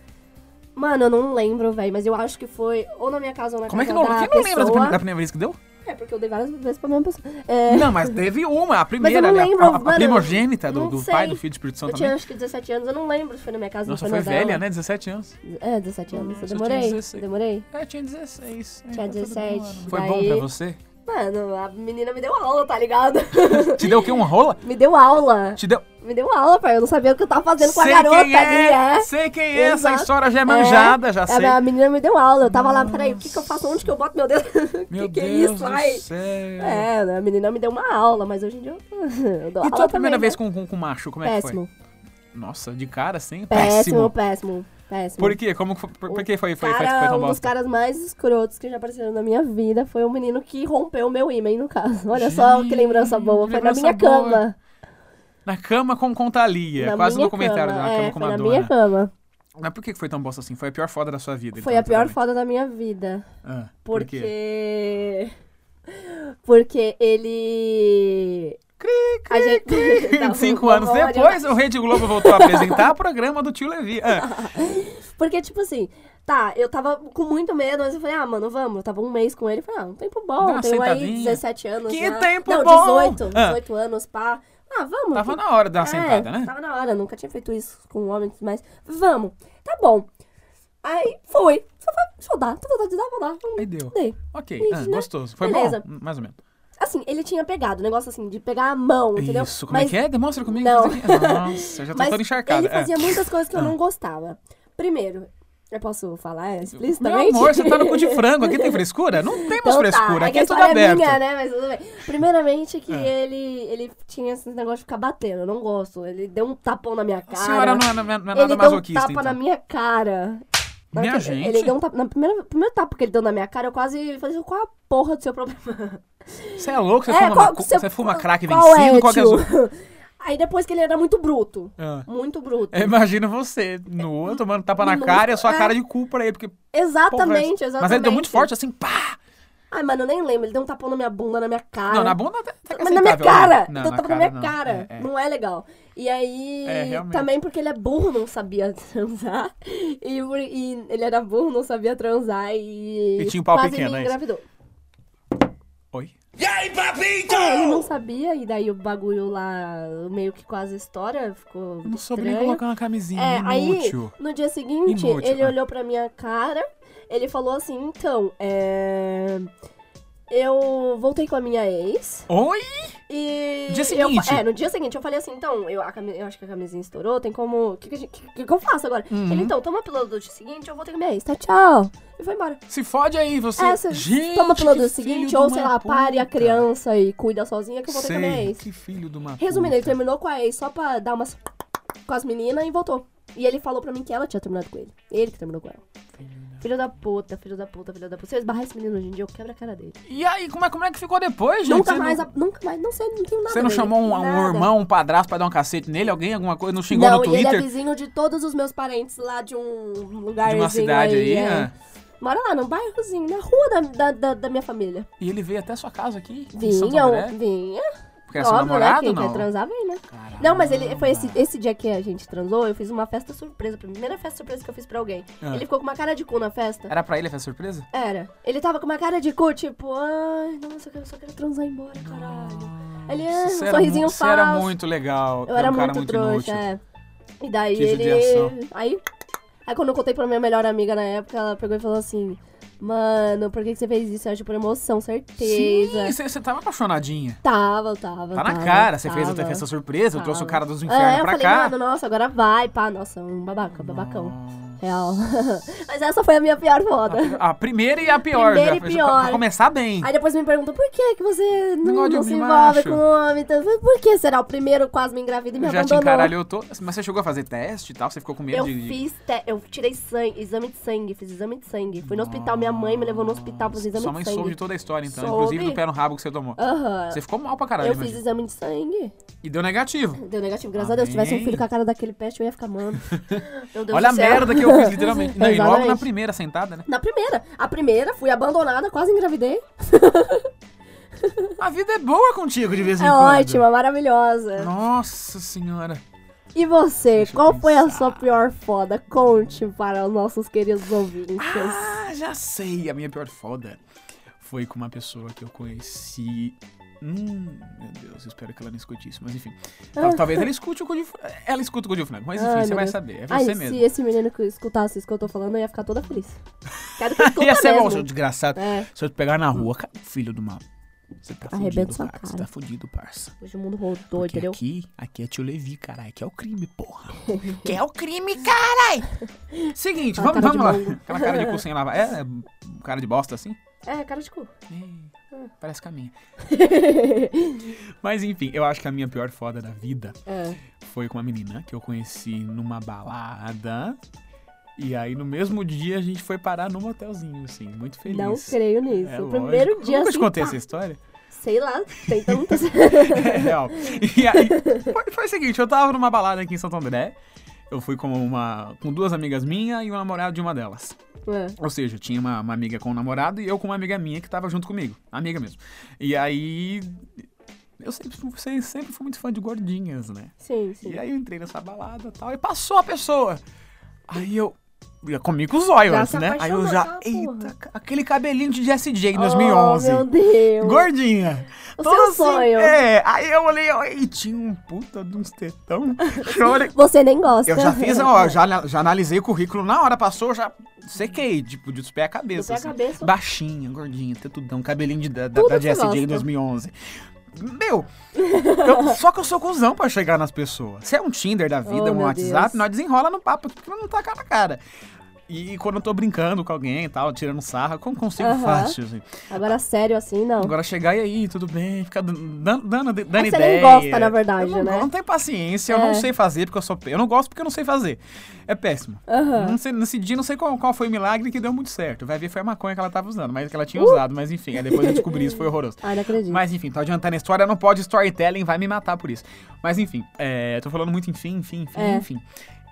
Speaker 1: Mano, eu não lembro, velho, mas eu acho que foi ou na minha casa ou na
Speaker 2: Como é que
Speaker 1: casa
Speaker 2: não,
Speaker 1: da
Speaker 2: quem não lembra da
Speaker 1: pessoa.
Speaker 2: primeira, da primeira vez que deu?
Speaker 1: É, porque eu dei várias vezes pra mesma pessoa. É,
Speaker 2: Não, mas teve uma, a
Speaker 1: mas eu
Speaker 2: primeira,
Speaker 1: não
Speaker 2: né? A-
Speaker 1: lembro,
Speaker 2: a, a
Speaker 1: mano.
Speaker 2: primogênita do,
Speaker 1: não
Speaker 2: do
Speaker 1: sei.
Speaker 2: pai, do filho do Espírito Santo
Speaker 1: Eu tinha
Speaker 2: também.
Speaker 1: acho que 17 anos, eu não lembro se foi na minha casa ou
Speaker 2: Nossa,
Speaker 1: foi
Speaker 2: foi
Speaker 1: na dela.
Speaker 2: velha, né? 17 anos.
Speaker 1: É, 17 anos. Eu
Speaker 2: Nossa, eu tinha
Speaker 1: demorei,
Speaker 2: 16.
Speaker 1: demorei.
Speaker 2: É, eu tinha 16. É,
Speaker 1: Tinha
Speaker 2: tá tudo
Speaker 1: 17.
Speaker 2: bom. Foi
Speaker 1: Daí-
Speaker 2: bom pra você?
Speaker 1: Mano, a menina me deu aula, tá ligado?
Speaker 2: Te deu o quê? Uma rola?
Speaker 1: me deu aula.
Speaker 2: Te deu...
Speaker 1: Me deu aula, pai. Eu não sabia o que eu tava fazendo com a
Speaker 2: sei
Speaker 1: garota
Speaker 2: quem é,
Speaker 1: ali, é.
Speaker 2: sei quem é, essa
Speaker 1: Exato.
Speaker 2: história já é manjada, já
Speaker 1: a
Speaker 2: sei.
Speaker 1: minha- A menina me deu aula. Eu tava lá, peraí, o que que eu faço? Onde que eu boto meu dedo? O
Speaker 2: Meu
Speaker 1: que que é
Speaker 2: Deus
Speaker 1: isso?
Speaker 2: do
Speaker 1: Ai.
Speaker 2: céu.
Speaker 1: É, né, a menina me deu uma aula, mas hoje em dia eu, eu dou
Speaker 2: E
Speaker 1: aula
Speaker 2: tua primeira
Speaker 1: também,
Speaker 2: vez é
Speaker 1: né?
Speaker 2: com, com, com macho, como é que foi?
Speaker 1: Péssimo.
Speaker 2: Nossa, de cara, assim?
Speaker 1: Péssimo, péssimo. Péssimo.
Speaker 2: Por quê? Como, que foi- por, por que foi, foi, foi,
Speaker 1: cara,
Speaker 2: foi tão
Speaker 1: um dos
Speaker 2: bosta?
Speaker 1: caras mais escrotos que já apareceram na minha vida foi o menino que rompeu o meu ímã, no caso. Olha só que lembrança boa.
Speaker 2: que
Speaker 1: Foi na
Speaker 2: lembrança
Speaker 1: minha
Speaker 2: boa.
Speaker 1: cama.
Speaker 2: Na cama com Contalia.
Speaker 1: na
Speaker 2: Quase um
Speaker 1: minha
Speaker 2: documentário
Speaker 1: cama.
Speaker 2: na cama
Speaker 1: é,
Speaker 2: com
Speaker 1: foi na
Speaker 2: Madonna.
Speaker 1: minha cama.
Speaker 2: Mas por que que foi tão bosta assim? Foi a pior foda da sua vida.
Speaker 1: Foi
Speaker 2: então,
Speaker 1: a pior
Speaker 2: provavelmente.
Speaker 1: foda da minha vida.
Speaker 2: Ah, por quê?
Speaker 1: Porque. Porque ele. A gente... tá Não,
Speaker 2: Cinco
Speaker 1: vamos-
Speaker 2: anos
Speaker 1: vamos
Speaker 2: depois, o Rede Globo voltou a apresentar o programa do tio Levi. Ah,
Speaker 1: Porque, tipo assim, tá, eu tava com muito medo, mas eu falei, ah, mano, vamos. Eu tava um mês com ele, eu falei, ah, um tempo
Speaker 2: Dá
Speaker 1: bom,
Speaker 2: uma
Speaker 1: tenho aí
Speaker 2: sentadinha.
Speaker 1: 17 anos.
Speaker 2: Que
Speaker 1: né?
Speaker 2: tempo
Speaker 1: Não,
Speaker 2: bom!
Speaker 1: 18,
Speaker 2: Ah.
Speaker 1: 18 anos, pá. Ah, vamos.
Speaker 2: tava na hora da
Speaker 1: É,
Speaker 2: sentada, né?
Speaker 1: Tava na hora, nunca tinha feito isso com um homens, mas vamos. Tá bom. Aí foi. Só falei, deixa eu dar, tô com vontade de dar, vou dar. Hum,
Speaker 2: Aí deu.
Speaker 1: Dei.
Speaker 2: Ok,
Speaker 1: Isso,
Speaker 2: ah,
Speaker 1: né?
Speaker 2: gostoso. Foi
Speaker 1: Beleza.
Speaker 2: bom? Hum, Mais ou menos.
Speaker 1: Assim, ele tinha pegado, um negócio assim, de pegar a mão, entendeu?
Speaker 2: Isso, como é que é? Demonstra comigo.
Speaker 1: Não.
Speaker 2: isso aqui. Ah, Nossa, eu já tô
Speaker 1: Mas
Speaker 2: toda encharcada.
Speaker 1: Ele
Speaker 2: É.
Speaker 1: fazia muitas coisas que eu não gostava. Primeiro, eu posso falar
Speaker 2: Meu
Speaker 1: explicitamente?
Speaker 2: amor, você tá no cu de frango. Aqui tem frescura? Não temos
Speaker 1: um Então tá,
Speaker 2: frescura.
Speaker 1: é que
Speaker 2: Aqui
Speaker 1: a
Speaker 2: é tudo
Speaker 1: história
Speaker 2: aberto.
Speaker 1: minha, né? Mas tudo bem. Primeiramente que
Speaker 2: Ah.
Speaker 1: ele, ele tinha esse negócio de ficar batendo, eu não gosto. Ele deu um tapão na minha
Speaker 2: A
Speaker 1: cara.
Speaker 2: senhora não é, não é- não é
Speaker 1: ele
Speaker 2: nada
Speaker 1: deu
Speaker 2: masoquista,
Speaker 1: um tapa
Speaker 2: então.
Speaker 1: na minha cara. Na
Speaker 2: Minha
Speaker 1: hora que-
Speaker 2: gente.
Speaker 1: Ele deu um tapa, na primeira, primeiro tapa que ele deu na minha cara, eu quase falei assim, qual a porra do seu problema?
Speaker 2: Você é louco? Você
Speaker 1: É,
Speaker 2: fuma,
Speaker 1: qual-
Speaker 2: macu-
Speaker 1: você-
Speaker 2: você fuma crack
Speaker 1: qual
Speaker 2: vencido?
Speaker 1: é,
Speaker 2: qual que é a
Speaker 1: tio?
Speaker 2: sua-
Speaker 1: Aí depois que ele era muito bruto.
Speaker 2: Ah.
Speaker 1: Muito bruto.
Speaker 2: Eu imagino você, nua, tomando tapa na
Speaker 1: Nua,
Speaker 2: cara e a sua
Speaker 1: é.
Speaker 2: cara de cu pra ele, porque... porra,
Speaker 1: Exatamente,
Speaker 2: essa-
Speaker 1: exatamente.
Speaker 2: Mas ele deu muito forte, assim, pá!
Speaker 1: Ai, mano, eu nem lembro. Ele deu um tapão na minha bunda, na minha cara.
Speaker 2: Não, na bunda até até que
Speaker 1: Ah. Mas na minha
Speaker 2: aceitável, né?
Speaker 1: cara!
Speaker 2: Não,
Speaker 1: deu um
Speaker 2: na
Speaker 1: tapão na minha
Speaker 2: não.
Speaker 1: cara.
Speaker 2: É, é.
Speaker 1: Não é legal. E aí.
Speaker 2: É, realmente.
Speaker 1: também porque ele é burro, não sabia transar. E, por- e ele era burro, não sabia transar. E.
Speaker 2: E tinha um pau
Speaker 1: quase
Speaker 2: pequeno,
Speaker 1: me
Speaker 2: é isso?
Speaker 1: engravidou.
Speaker 2: Oi?
Speaker 1: Ele não sabia, e daí o bagulho lá meio que quase estoura. Ficou.
Speaker 2: Eu não soube nem
Speaker 1: estranho.
Speaker 2: colocar uma camisinha,
Speaker 1: É,
Speaker 2: inútil.
Speaker 1: aí, no dia seguinte,
Speaker 2: Inútil,
Speaker 1: ele
Speaker 2: ah.
Speaker 1: olhou pra minha cara, ele falou assim, então, é... Eu voltei com a minha ex
Speaker 2: Oi?
Speaker 1: e...
Speaker 2: Dia
Speaker 1: eu fa-
Speaker 2: seguinte?
Speaker 1: é, no dia seguinte eu falei assim, então, eu, a cami- eu acho que a camisinha estourou, tem como... O que, que, a gente- que- que- que eu faço agora?
Speaker 2: Uhum.
Speaker 1: Ele, então, toma a pílula do dia seguinte, eu voltei com a minha ex, tá, tchau. E foi embora.
Speaker 2: Se fode aí, você...
Speaker 1: É, você
Speaker 2: Gente,
Speaker 1: toma a pílula
Speaker 2: que
Speaker 1: do
Speaker 2: filho
Speaker 1: seguinte,
Speaker 2: de
Speaker 1: ou
Speaker 2: uma
Speaker 1: sei lá, pare a
Speaker 2: puta.
Speaker 1: criança e cuida sozinha que eu voltei com a minha
Speaker 2: Sei,
Speaker 1: ex.
Speaker 2: que filho de uma
Speaker 1: Resumindo, ele
Speaker 2: puta.
Speaker 1: terminou com a ex só pra dar umas com as meninas e voltou. E ele falou pra mim que ela tinha terminado com ele. Ele que terminou com ela. Filho da puta, filho da puta, filho da puta. Se eu esbarrar esse menino hoje em dia, eu quebro a cara dele.
Speaker 2: E aí, como é, como é que ficou depois, gente?
Speaker 1: nunca
Speaker 2: Você
Speaker 1: mais,
Speaker 2: não...
Speaker 1: a- nunca mais, não sei, não tenho nada.
Speaker 2: Você não
Speaker 1: dele,
Speaker 2: chamou um, um
Speaker 1: nada.
Speaker 2: irmão, um padrasto pra dar um cacete nele? Alguém, alguma coisa? Não xingou
Speaker 1: Não,
Speaker 2: no
Speaker 1: e ele é
Speaker 2: Twitter?
Speaker 1: vizinho de todos os meus parentes lá de um lugarzinho
Speaker 2: De uma cidade aí,
Speaker 1: é.
Speaker 2: ah.
Speaker 1: Mora lá, num bairrozinho, na rua da, da, da, da minha família.
Speaker 2: E ele veio até sua casa aqui? em Santo
Speaker 1: Vinha,
Speaker 2: André?
Speaker 1: vinha.
Speaker 2: Porque era seu
Speaker 1: Óbvio, né?
Speaker 2: namorado,
Speaker 1: Quem
Speaker 2: não?
Speaker 1: quer transar, vem, né? Não, mas ele foi esse, esse dia que a gente transou, eu fiz uma festa surpresa. A primeira festa surpresa que eu fiz pra alguém.
Speaker 2: Ah.
Speaker 1: Ele ficou com uma cara de cu na festa.
Speaker 2: Era pra ele essa surpresa?
Speaker 1: Era. Ele tava com uma cara de cu, tipo, ai, nossa, eu quero- só quero transar e ir embora, caralho. Ele, ah, um
Speaker 2: Você era
Speaker 1: sorrisinho
Speaker 2: mu-
Speaker 1: falso.
Speaker 2: Você era muito legal.
Speaker 1: eu era
Speaker 2: um cara
Speaker 1: muito, trouxa,
Speaker 2: inútil.
Speaker 1: é. E daí
Speaker 2: Que
Speaker 1: ele.
Speaker 2: judiação.
Speaker 1: Aí. Aí quando eu contei pra minha melhor amiga na época, ela pegou e falou assim. Mano, por que, que você fez isso? Eu acho por emoção, certeza.
Speaker 2: Sim, você- você tava apaixonadinha.
Speaker 1: Tava, tava.
Speaker 2: Tá na
Speaker 1: tava,
Speaker 2: cara, você fez
Speaker 1: tava.
Speaker 2: até festa surpresa, eu trouxe o cara dos
Speaker 1: É,
Speaker 2: infernos
Speaker 1: eu
Speaker 2: pra
Speaker 1: falei,
Speaker 2: cá.
Speaker 1: mano, nossa, agora vai, pá, nossa, um babaca, babacão. Real. Mas essa foi a minha pior foda.
Speaker 2: A primeira e a pior.
Speaker 1: Primeira
Speaker 2: já,
Speaker 1: e
Speaker 2: já-
Speaker 1: pior.
Speaker 2: Pra começar bem.
Speaker 1: Aí depois me perguntam, por que que você não,
Speaker 2: Negócio de
Speaker 1: não se
Speaker 2: homem
Speaker 1: envolve
Speaker 2: macho.
Speaker 1: com homem? Então, por que será o primeiro quase me engravida e me
Speaker 2: já te
Speaker 1: abandonou?
Speaker 2: encaralhou todo. Mas você chegou a fazer teste e tal? Você ficou com medo
Speaker 1: eu
Speaker 2: de. de-
Speaker 1: fiz, te- eu tirei sangue, exame de sangue, fiz exame de sangue. Fui no hospital, minha mãe me levou no hospital pra fazer exame
Speaker 2: Sua mãe
Speaker 1: de
Speaker 2: soube
Speaker 1: sangue.
Speaker 2: de toda a história, então.
Speaker 1: Soube.
Speaker 2: Inclusive do pé no rabo que você tomou.
Speaker 1: Aham.
Speaker 2: Você tá ficou mal pra caralho,
Speaker 1: Eu fiz
Speaker 2: imagina.
Speaker 1: exame de sangue.
Speaker 2: E deu negativo.
Speaker 1: Deu negativo, graças a Deus. Se tivesse um
Speaker 2: Amém.
Speaker 1: filho com a cara daquele peste, eu ia ficar, mano. Meu Deus
Speaker 2: Olha a
Speaker 1: do céu.
Speaker 2: merda que eu fiz, literalmente. Não, e logo na
Speaker 1: Exatamente.
Speaker 2: primeira sentada, né?
Speaker 1: Na primeira. A primeira, fui abandonada, quase engravidei.
Speaker 2: A vida é boa contigo de vez em
Speaker 1: É
Speaker 2: quando.
Speaker 1: ótima, maravilhosa.
Speaker 2: Nossa senhora.
Speaker 1: E você,
Speaker 2: Deixa eu
Speaker 1: qual foi a
Speaker 2: pensar.
Speaker 1: sua pior foda? Conte para os nossos queridos ouvintes.
Speaker 2: Ah, já sei. A minha pior foda foi com uma pessoa que eu conheci. Hum, meu Deus, eu espero que ela não escute isso, mas enfim.
Speaker 1: Ah.
Speaker 2: Tal- Talvez ela escute o cu de Fran- Ela escuta o cu de Frango, mas enfim,
Speaker 1: Ai,
Speaker 2: você
Speaker 1: meu
Speaker 2: vai
Speaker 1: Deus.
Speaker 2: saber. É
Speaker 1: Ah, Ai,
Speaker 2: você
Speaker 1: se
Speaker 2: mesmo.
Speaker 1: esse menino que escutasse isso que eu tô falando, eu ia ficar toda feliz. Quero que escuta
Speaker 2: Ia ser bom,
Speaker 1: mesmo.
Speaker 2: seu desgraçado.
Speaker 1: É.
Speaker 2: Se eu te pegar na rua, cara, filho do mal. Você tá
Speaker 1: Arrebenta
Speaker 2: fudido,
Speaker 1: sua
Speaker 2: parça. Você
Speaker 1: cara.
Speaker 2: tá fudido, parça.
Speaker 1: Hoje o mundo rodou,
Speaker 2: Porque
Speaker 1: entendeu?
Speaker 2: aqui, aqui é tio Levi, caralho. Aqui é o crime, porra. que é o crime, caralho! Seguinte,
Speaker 1: Aquela
Speaker 2: vamos,
Speaker 1: cara de
Speaker 2: vamos lá.
Speaker 1: mongo.
Speaker 2: Aquela cara de cu sem lavar. É, é, cara de bosta assim?
Speaker 1: É, cara de cu.
Speaker 2: Ei, É, Parece caminha. Mas enfim, eu acho que a minha pior foda da vida
Speaker 1: É.
Speaker 2: foi com uma menina que eu conheci numa balada. E aí, no mesmo dia, a gente foi parar num hotelzinho, assim, muito feliz.
Speaker 1: Não creio nisso.
Speaker 2: É,
Speaker 1: o
Speaker 2: lógico.
Speaker 1: primeiro dia
Speaker 2: Nunca te
Speaker 1: assim,
Speaker 2: contei
Speaker 1: pá,
Speaker 2: essa história?
Speaker 1: Sei lá, tem tantas.
Speaker 2: É real. E aí, foi, foi o seguinte, eu tava numa balada aqui em Santo André. Eu fui com uma. com duas amigas minhas e o namorado de uma delas.
Speaker 1: Ué.
Speaker 2: Ou seja, tinha uma, uma amiga com um namorado e eu com uma amiga minha que tava junto comigo. Amiga mesmo. E aí. Eu sempre, fui- sempre- sempre fui muito fã de gordinhas, né?
Speaker 1: Sim, sim.
Speaker 2: E aí eu entrei nessa balada e tal, e passou a pessoa. Aí eu. Já comi com os olhos
Speaker 1: Já
Speaker 2: antes,
Speaker 1: se
Speaker 2: né? Aí eu
Speaker 1: apaixonou,
Speaker 2: já.
Speaker 1: tá, porra.
Speaker 2: Eita, ca- aquele cabelinho de Jessie J em 2011.
Speaker 1: Oh, meu Deus.
Speaker 2: Gordinha.
Speaker 1: O
Speaker 2: Toda
Speaker 1: seu sonho.
Speaker 2: É, aí eu olhei, ó, e tinha um puta de uns tetão. Eu olhei-
Speaker 1: Você nem gosta. né?
Speaker 2: Eu já fiz, ó, já, já analisei o currículo na hora, passou, já sequei, tipo, de dos pés à cabeça.
Speaker 1: Do pé à
Speaker 2: assim.
Speaker 1: cabeça.
Speaker 2: Baixinha, gordinha, tetudão, cabelinho de, da, da,
Speaker 1: Tudo
Speaker 2: da
Speaker 1: que você
Speaker 2: Jessie J em
Speaker 1: gosta.
Speaker 2: 2011. Meu, eu- só que eu sou cuzão pra chegar nas pessoas. Se é um Tinder da vida,
Speaker 1: Oh,
Speaker 2: um
Speaker 1: meu
Speaker 2: WhatsApp,
Speaker 1: Deus.
Speaker 2: nós desenrola no papo, porque não tá cara a cara. E quando eu tô brincando com alguém e tal, tirando sarra, como consigo
Speaker 1: Aham.
Speaker 2: fácil, assim.
Speaker 1: Agora, sério, assim, não.
Speaker 2: Agora chegar e aí, tudo bem, ficar dan- dan- dando, dando
Speaker 1: Mas
Speaker 2: ideia.
Speaker 1: você nem gosta, na verdade,
Speaker 2: eu não,
Speaker 1: né?
Speaker 2: Eu não tenho paciência, eu não
Speaker 1: É.
Speaker 2: sei fazer porque eu sou... pe- Eu não gosto porque eu não sei fazer. É péssimo.
Speaker 1: Aham.
Speaker 2: Não sei- nesse dia, não sei qual, qual foi o milagre que deu muito certo. Vai ver, foi a maconha que ela tava usando, mas que ela
Speaker 1: Uh!
Speaker 2: tinha usado. Mas enfim, aí depois eu descobri isso, foi horroroso.
Speaker 1: Ah, não acredito.
Speaker 2: Mas enfim, tô adiantando a história, não pode storytelling, vai me matar por isso. Mas enfim, é, tô falando muito enfim, enfim, enfim,
Speaker 1: É.
Speaker 2: enfim.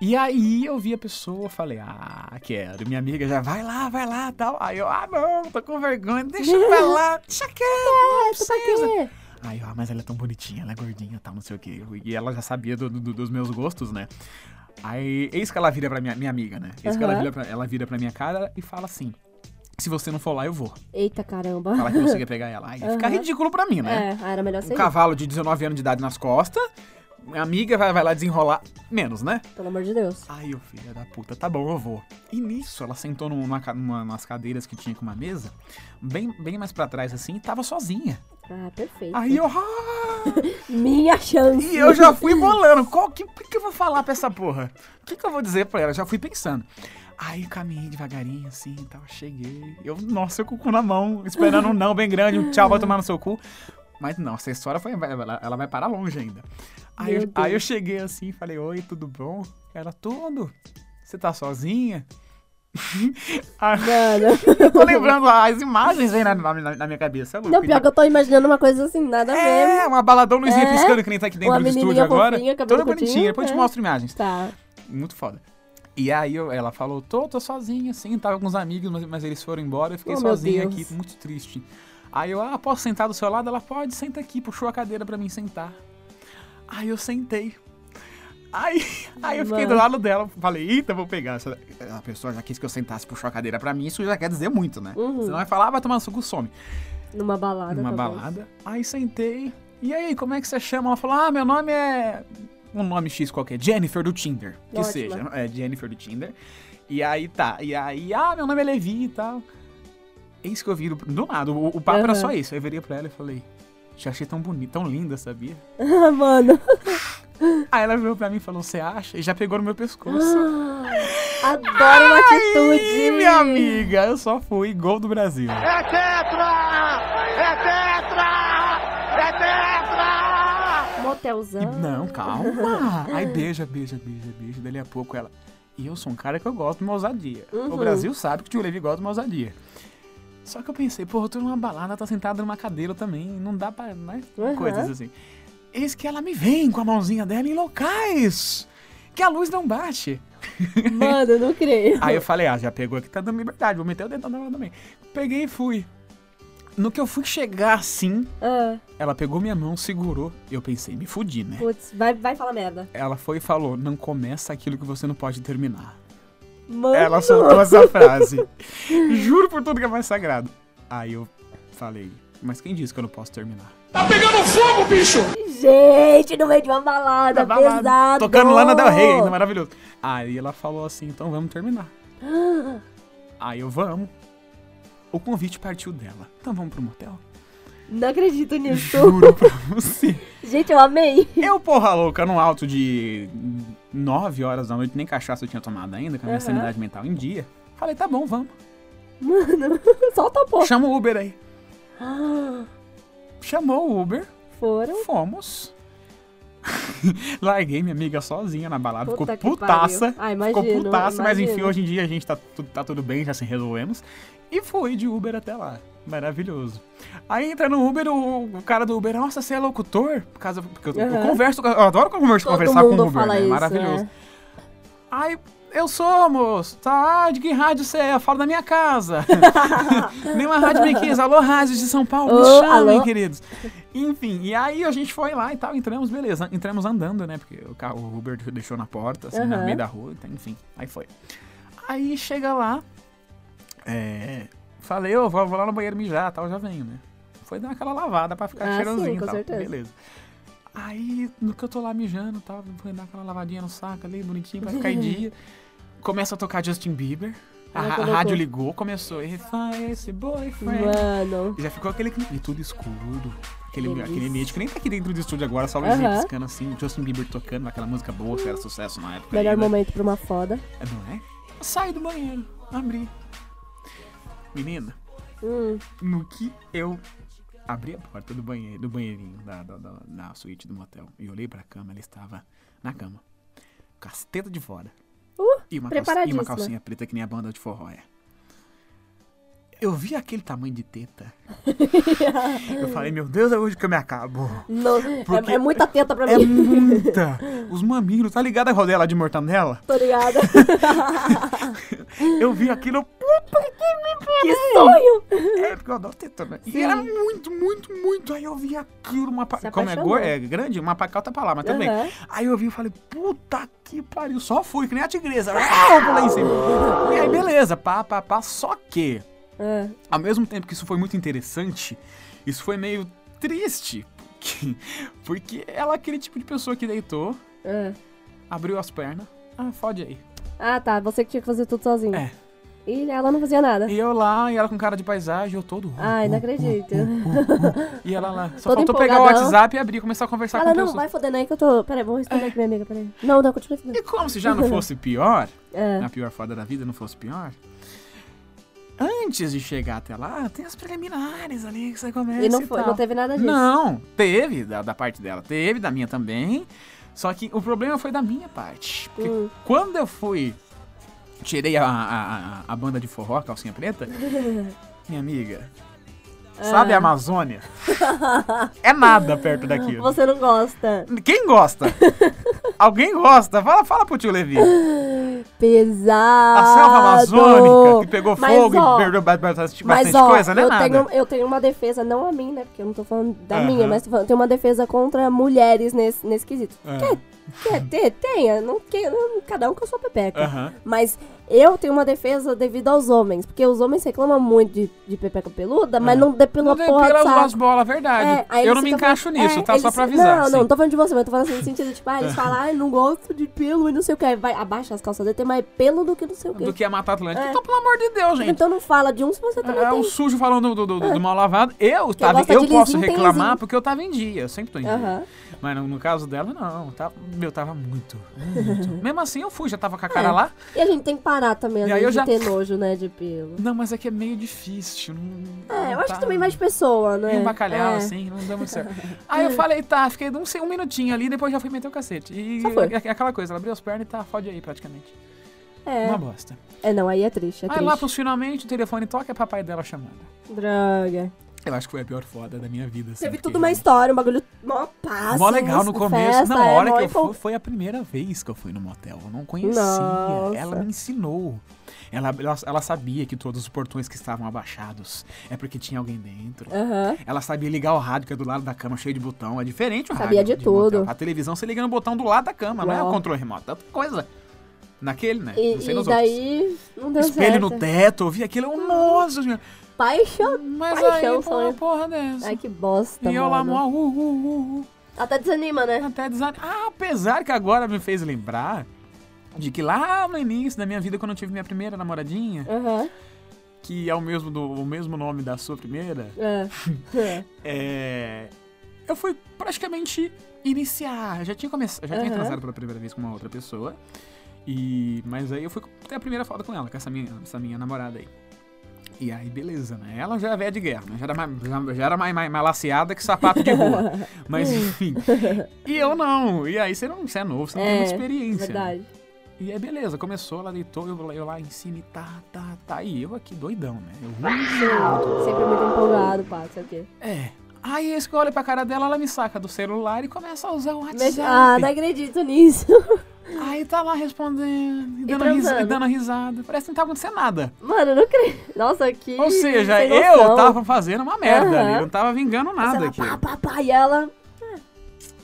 Speaker 2: E aí eu vi a pessoa, falei, ah, quero. Minha amiga já, vai lá, vai lá, tal. Aí eu, ah não, tô com vergonha, deixa pra lá, deixa
Speaker 1: É,
Speaker 2: quieto, não
Speaker 1: Tu pra
Speaker 2: precisa.
Speaker 1: quê?
Speaker 2: Aí, ó, mas ela é tão bonitinha, ela é gordinha, tal, não sei o quê. E ela já sabia do- do- dos meus gostos, né? Aí, eis que ela vira pra minha, minha amiga, né? Eis que ela
Speaker 1: Aham.
Speaker 2: vira, pra, ela vira pra minha cara e fala assim, se você não for lá, eu vou.
Speaker 1: Eita, caramba.
Speaker 2: Fala que você quer pegar ela. Aí fica
Speaker 1: Aham.
Speaker 2: ridículo pra mim, né?
Speaker 1: É, ah, era melhor
Speaker 2: um
Speaker 1: ser eu,
Speaker 2: cavalo de 19 anos de idade nas costas. Minha amiga vai, vai lá desenrolar. Menos, né?
Speaker 1: pelo amor de Deus.
Speaker 2: Ai, ô filha da puta, tá bom, eu vou. E nisso, ela sentou numa, ca- numa, umas cadeiras que tinha com uma mesa, bem, bem mais pra trás assim, e tava sozinha.
Speaker 1: Ah, perfeito.
Speaker 2: Aí eu. ah,
Speaker 1: Minha chance.
Speaker 2: E eu já fui bolando. Qual que, que, que eu vou falar pra essa porra? O que, que eu vou dizer pra ela? Já fui pensando. Aí caminhei devagarinho, assim e tal. Cheguei. Eu, nossa, eu com o cu na mão, esperando um não bem grande, um tchau, vai tomar no seu cu. Mas não, essa história foi, vai- ela, ela vai parar longe ainda. Aí,
Speaker 1: Meu
Speaker 2: eu-
Speaker 1: Deus.
Speaker 2: aí eu cheguei assim, falei, oi, tudo bom? Ela, tudo? Você tá sozinha? Ah,
Speaker 1: Mano.
Speaker 2: eu tô lembrando, as imagens vêm na, na- na- na minha cabeça. é louco.
Speaker 1: Não, pior que eu tô imaginando uma coisa assim, nada a ver.
Speaker 2: É, uma baladão luzinha
Speaker 1: É.
Speaker 2: piscando que nem tá aqui dentro
Speaker 1: Uma
Speaker 2: do estúdio
Speaker 1: menininha
Speaker 2: agora.
Speaker 1: fofinha, cabelo
Speaker 2: Toda bonitinha,
Speaker 1: curtinho,
Speaker 2: depois eu te
Speaker 1: é.
Speaker 2: mostro imagens.
Speaker 1: Tá.
Speaker 2: Muito foda. E aí eu- ela falou, tô, tô sozinha, assim, tava com uns amigos, mas, mas eles foram embora, eu fiquei
Speaker 1: Oh, meu
Speaker 2: sozinha
Speaker 1: Deus.
Speaker 2: aqui, muito triste. Aí eu, ah, posso sentar do seu lado? Ela, pode, senta aqui, puxou a cadeira pra mim sentar. Aí eu sentei. Aí, aí eu fiquei do
Speaker 1: Mano.
Speaker 2: lado dela, falei, eita, vou pegar. Essa, a pessoa já quis que eu sentasse, puxou a cadeira pra mim, isso já quer dizer muito, né?
Speaker 1: Uhum.
Speaker 2: Senão vai falar, ah, vai tomar no suco, some
Speaker 1: Numa balada. tá
Speaker 2: numa
Speaker 1: talvez.
Speaker 2: balada. Aí sentei. E aí, como é que você chama? Ela falou: Ah, meu nome é. Um nome X qualquer, Jennifer do Tinder. Que
Speaker 1: Ótimo.
Speaker 2: seja. É Jennifer do Tinder. E aí tá. E aí, ah, meu nome é Levi e tal. Eis que eu viro. Do nada, o, o papo era
Speaker 1: Aham.
Speaker 2: só isso. Aí eu virei pra ela e falei. Te achei tão bonita, tão linda, sabia?
Speaker 1: Ah, Mano.
Speaker 2: Aí ela virou pra mim e falou: Você acha? E já pegou no meu pescoço.
Speaker 1: Adoro uma
Speaker 2: Ih,
Speaker 1: atitude.
Speaker 2: minha amiga, eu só fui gol do Brasil.
Speaker 5: É tetra! É tetra! É tetra!
Speaker 2: E,
Speaker 1: Motelzão.
Speaker 2: não, calma. Aí beija, beija, beija, beija. Dali a pouco ela. E eu sou um cara que eu gosto de uma ousadia. O Brasil sabe que o tio Levi gosta de uma ousadia. Só que eu pensei, porra, eu tô numa balada, tá sentada numa cadeira também. Não dá pra. Né?
Speaker 1: Uhum.
Speaker 2: Coisas assim. Eis que ela me vem com a mãozinha dela em locais que a luz não bate.
Speaker 1: Mano, não creio.
Speaker 2: Aí eu falei, ah, já pegou aqui, tá dando liberdade, vou meter o dedão nela também. Peguei e fui. No que eu fui chegar assim,
Speaker 1: Ah,
Speaker 2: ela pegou minha mão, segurou. Eu pensei, me fudi, né?
Speaker 1: putz, vai, vai falar merda.
Speaker 2: Ela foi e falou: Não começa aquilo que você não pode terminar.
Speaker 1: Mano.
Speaker 2: Ela soltou essa frase. Juro por tudo que é mais sagrado. Aí eu falei: Mas quem disse que eu não posso terminar?
Speaker 4: Tá
Speaker 1: Gente, no meio de uma balada,
Speaker 2: Tava lá,
Speaker 1: Tá pesado.
Speaker 2: Tocando Lana Del Rey, ainda maravilhoso. Aí ela falou assim: Então vamos terminar. Aí eu vamos. O convite partiu dela. Então vamos pro motel?
Speaker 1: Não acredito nisso.
Speaker 2: Juro pra você.
Speaker 1: Gente, eu amei.
Speaker 2: Eu, porra louca, num alto de 9 horas da noite, nem cachaça eu tinha tomado ainda, com a minha
Speaker 1: Aham.
Speaker 2: sanidade mental em dia. Falei, tá bom, vamos.
Speaker 1: Mano, solta o porra.
Speaker 2: Chama o Uber aí. Chamou o Uber,
Speaker 1: Hum. Foram.
Speaker 2: fomos. Larguei minha amiga sozinha na balada.
Speaker 1: Puta
Speaker 2: ficou
Speaker 1: que
Speaker 2: putaça.
Speaker 1: pariu. Ah,
Speaker 2: ficou
Speaker 1: imagino,
Speaker 2: putaça, mas enfim,
Speaker 1: imagino.
Speaker 2: hoje em dia a gente tá, tu- tá tudo bem, já se resolvemos. E fui de Uber até lá. Maravilhoso. Aí entra no Uber, o, o cara do Uber, nossa, você é locutor? Por causa, porque eu, eu
Speaker 1: Aham.
Speaker 2: converso, com- eu adoro conversa-
Speaker 1: Todo
Speaker 2: conversar com o
Speaker 1: mundo
Speaker 2: Uber,
Speaker 1: fala
Speaker 2: né?
Speaker 1: isso,
Speaker 2: Maravilhoso.
Speaker 1: né?
Speaker 2: Aí, eu sou, moço. Tá, ah, de que rádio você é? Eu falo da minha casa. Nenhuma rádio me quis. Alô, rádios de São Paulo, me
Speaker 1: Ô,
Speaker 2: chamem,
Speaker 1: alô.
Speaker 2: queridos. Enfim, e aí a gente foi lá e tal, entramos, beleza. Entramos andando, né? Porque o, carro, o Uber deixou na porta, assim, no
Speaker 1: Aham.
Speaker 2: meio da rua, então, enfim. Aí foi. Aí chega lá, é, falei, ô, vou, vou lá no banheiro mijar tal, já venho, né? Foi dar aquela lavada pra ficar
Speaker 1: Ah,
Speaker 2: cheirosinho
Speaker 1: sim,
Speaker 2: e
Speaker 1: com
Speaker 2: tal.
Speaker 1: certeza.
Speaker 2: Beleza. Aí, no que eu tô lá mijando, tá? Vou dar aquela lavadinha no saco ali, bonitinho, pra ficar em dia. Começa a tocar Justin Bieber. A,
Speaker 1: Ela
Speaker 2: ra- a
Speaker 1: colocou.
Speaker 2: rádio ligou, começou. If I esse boyfriend.
Speaker 1: Mano.
Speaker 2: E Já ficou aquele clima. E tudo escuro. Aquele,
Speaker 1: Delícia.
Speaker 2: aquele ambiente que nem tá aqui dentro do estúdio agora, só o
Speaker 1: Aham.
Speaker 2: piscando assim. Justin Bieber tocando, aquela música boa que era sucesso na época.
Speaker 1: Melhor
Speaker 2: ainda.
Speaker 1: momento pra uma foda.
Speaker 2: É, Não é? Eu saí do banheiro, abri. Menina,
Speaker 1: Hum.
Speaker 2: no que eu abri a porta do banheiro, do banheirinho da, da, da, da suíte do motel e olhei pra cama, ela estava na cama. Casteta de fora.
Speaker 1: Uh,
Speaker 2: E uma, calcinha, e
Speaker 1: preparadíssima.
Speaker 2: uma calcinha preta que nem a banda de forró é. Eu vi aquele tamanho de teta. eu falei, meu Deus, é hoje que eu me acabo.
Speaker 1: Não,
Speaker 2: Porque-
Speaker 1: é, é muita teta pra
Speaker 2: É
Speaker 1: mim.
Speaker 2: muita. Os mamilos, tá ligado a rodela de mortandela?
Speaker 1: Tô ligada.
Speaker 2: Eu vi aquilo, eu...
Speaker 1: que sonho!
Speaker 2: É, porque eu adoro teta, né? E era muito, muito, muito. Aí eu vi aquilo, uma pa...
Speaker 1: Se
Speaker 2: como é,
Speaker 1: apaixonou.
Speaker 2: gor- é grande, uma pacata palavra também.
Speaker 1: Aham.
Speaker 2: Aí eu vi e falei, puta que pariu, só fui, que nem a tigresa. Ah, eu pulei em cima. E aí, beleza, pá, pá, pá. Só que,
Speaker 1: É.
Speaker 2: ao mesmo tempo que isso foi muito interessante, isso foi meio triste. Porque, porque ela é aquele tipo de pessoa que deitou,
Speaker 1: é.
Speaker 2: abriu as pernas. Ah, fode aí.
Speaker 1: Ah, tá. Você que tinha que fazer tudo sozinho.
Speaker 2: É.
Speaker 1: E ela não fazia nada.
Speaker 2: E eu lá, e ela com cara de paisagem, eu todo.
Speaker 1: Ai, não acredito.
Speaker 2: E ela lá. Só
Speaker 1: Todo
Speaker 2: faltou pegar o
Speaker 1: empolgadão.
Speaker 2: WhatsApp e abrir e começar a conversar
Speaker 1: Ela,
Speaker 2: com
Speaker 1: não,
Speaker 2: pessoas.
Speaker 1: vai fodendo aí que eu tô... Peraí, vou
Speaker 2: É.
Speaker 1: responder aqui, minha amiga, peraí. Não, não, continua respondendo.
Speaker 2: E como se já não fosse pior,
Speaker 1: É.
Speaker 2: na pior foda da vida não fosse pior, antes de chegar até lá, tem as preliminares ali que você começa.
Speaker 1: E não,
Speaker 2: e
Speaker 1: foi,
Speaker 2: tal.
Speaker 1: não teve nada disso.
Speaker 2: tá. Não, teve, da, da parte dela, teve, da minha também. Só que o problema foi da minha parte. Porque
Speaker 1: Hum.
Speaker 2: quando eu fui. Tirei a, a, a- a banda de forró, a calcinha preta, minha amiga.
Speaker 1: Ah.
Speaker 2: Sabe a Amazônia? é nada perto daquilo.
Speaker 1: Você não gosta.
Speaker 2: Quem gosta? Alguém gosta? Fala, fala pro tio Levi.
Speaker 1: Pesado.
Speaker 2: A selva amazônica que pegou
Speaker 1: Ah, Mas,
Speaker 2: fogo
Speaker 1: ó,
Speaker 2: e perdeu ba- ba- bastante
Speaker 1: Mas ó,
Speaker 2: coisa, né?
Speaker 1: eu,
Speaker 2: nada.
Speaker 1: tenho, eu tenho uma defesa, não a mim, né? Porque eu não tô falando da
Speaker 2: Aham.
Speaker 1: minha, mas tô falando, eu tenho uma defesa contra mulheres nesse, nesse quesito.
Speaker 2: Ah,
Speaker 1: Quer ter? Tenha. Não, que, não- cada um com a sua pepeca.
Speaker 2: Aham.
Speaker 1: Mas eu tenho uma defesa devido aos homens. Porque os homens reclamam muito de, de pepeca peluda, mas não depila
Speaker 2: É. Não
Speaker 1: a porra
Speaker 2: depila
Speaker 1: do saco.
Speaker 2: as bolas, verdade.
Speaker 1: É, aí
Speaker 2: eu
Speaker 1: eles
Speaker 2: não me
Speaker 1: ficam
Speaker 2: encaixo
Speaker 1: falando-
Speaker 2: nisso,
Speaker 1: é,
Speaker 2: tá? Só
Speaker 1: eles-
Speaker 2: pra avisar. É.
Speaker 1: Não,
Speaker 2: sim.
Speaker 1: não, tô falando de você, mas tô falando assim, no sentido, tipo, ah, eles falam, ai, não gosto de pelo e não sei o que. Aí Vai, abaixa as calças dele, tem mais pelo do que não sei o que.
Speaker 2: Do que a Mata Atlântica.
Speaker 1: É.
Speaker 2: Então, pelo amor de Deus, gente.
Speaker 1: Então não fala de um se você também
Speaker 2: É,
Speaker 1: tem.
Speaker 2: o sujo falando do, do, do-
Speaker 1: É.
Speaker 2: do mal lavado. Eu, tava,
Speaker 1: gosta
Speaker 2: eu
Speaker 1: de
Speaker 2: posso
Speaker 1: lisinho, tem
Speaker 2: reclamar
Speaker 1: lisinho.
Speaker 2: porque eu tava em dia. Eu sempre tô em dia.
Speaker 1: Aham.
Speaker 2: Mas no, no caso dela, não. Tava, meu, tava muito. muito. Mesmo assim, eu fui, já tava com a cara
Speaker 1: É.
Speaker 2: lá.
Speaker 1: E a gente tem que parar também, às
Speaker 2: E aí
Speaker 1: vezes, de
Speaker 2: eu já-
Speaker 1: ter nojo, né, de pelo.
Speaker 2: Não, mas é que é meio difícil. não-
Speaker 1: É, eu
Speaker 2: não
Speaker 1: acho que
Speaker 2: tá-
Speaker 1: também vai de pessoa, né?
Speaker 2: Meio bacalhau,
Speaker 1: é.
Speaker 2: assim, não deu muito certo. Aí eu falei, tá, fiquei um, se- um minutinho ali, depois já fui meter o cacete. E
Speaker 1: Só foi.
Speaker 2: é aquela coisa, ela abriu as pernas e tá, fode aí praticamente. Uma
Speaker 1: É.
Speaker 2: bosta.
Speaker 1: é, não, aí é triste, é
Speaker 2: aí
Speaker 1: triste.
Speaker 2: lá pros finalmente o telefone toca, é papai dela chamando.
Speaker 1: Droga.
Speaker 2: Eu acho que foi a pior foda da minha vida. assim,
Speaker 1: Teve
Speaker 2: porque-
Speaker 1: tudo né? uma história, um bagulho mó passa.
Speaker 2: Mó legal no começo. não,
Speaker 1: é
Speaker 2: a hora que eu fui,
Speaker 1: for.
Speaker 2: foi a primeira vez que eu fui no motel. Eu não conhecia.
Speaker 1: Nossa.
Speaker 2: Ela me ensinou. Ela, ela, ela sabia que todos os portões que estavam abaixados é porque tinha alguém dentro.
Speaker 1: Aham.
Speaker 2: Ela sabia ligar o rádio, que é do lado da cama, cheio de botão. É diferente o rádio.
Speaker 1: Sabia de
Speaker 2: motel.
Speaker 1: tudo.
Speaker 2: A televisão você liga no botão do lado da cama, não é o
Speaker 1: Uau.
Speaker 2: controle remoto. É outra coisa. Naquele, né?
Speaker 1: E,
Speaker 2: não sei
Speaker 1: e
Speaker 2: nos outros.
Speaker 1: daí, não deu
Speaker 2: Espelho
Speaker 1: certo.
Speaker 2: no teto, eu vi aquilo, eu, nossa, senhora.
Speaker 1: Paixão.
Speaker 2: Mas
Speaker 1: Ai,
Speaker 2: aí,
Speaker 1: chão,
Speaker 2: pô,
Speaker 1: sonho.
Speaker 2: porra dessa.
Speaker 1: Ai, que bosta,
Speaker 2: e eu lá,
Speaker 1: mano.
Speaker 2: mó, uh, uh, uh, uh.
Speaker 1: Até desanima, né?
Speaker 2: Até desan... Ah, apesar que agora me fez lembrar de que lá no início da minha vida, quando eu tive minha primeira namoradinha,
Speaker 1: Aham.
Speaker 2: que é o mesmo, do, o mesmo nome da sua primeira,
Speaker 1: É. É.
Speaker 2: Tá é... eu fui praticamente iniciar. Eu já tinha começado, já tinha
Speaker 1: Aham.
Speaker 2: transado pela primeira vez com uma outra pessoa. E... Mas aí eu fui ter a primeira foto com ela, com essa minha, essa minha namorada aí. E aí, beleza, né? Ela já é velha de guerra, né? Já era mais, já, já era mais, mais, mais laceada que sapato de rua. Mas,
Speaker 1: Hum.
Speaker 2: enfim. E eu não. E aí, você não você é novo, você não tem muita experiência. né?
Speaker 1: Verdade.
Speaker 2: E aí, beleza, começou, ela deitou, eu, lá- eu lá em cima e tá, tá, tá. E eu aqui, doidão, né? Eu ruim.
Speaker 1: Sempre muito empolgado, pá, sei o quê.
Speaker 2: É. Aí, esse que eu olho pra cara dela, ela me saca do celular e começa a usar o WhatsApp.
Speaker 1: Mexe- Ah, não acredito nisso.
Speaker 2: Aí tá lá respondendo, e dando,
Speaker 1: transando.
Speaker 2: risa- e dando risada. Parece que não tá acontecendo nada.
Speaker 1: Mano, eu não acredito. Nossa, que.
Speaker 2: Ou seja,
Speaker 1: sem
Speaker 2: eu
Speaker 1: noção.
Speaker 2: tava fazendo uma merda ali,
Speaker 1: Aham.
Speaker 2: eu não tava vingando nada
Speaker 1: Sei
Speaker 2: aqui.
Speaker 1: lá, Pá, pá, pá, e ela.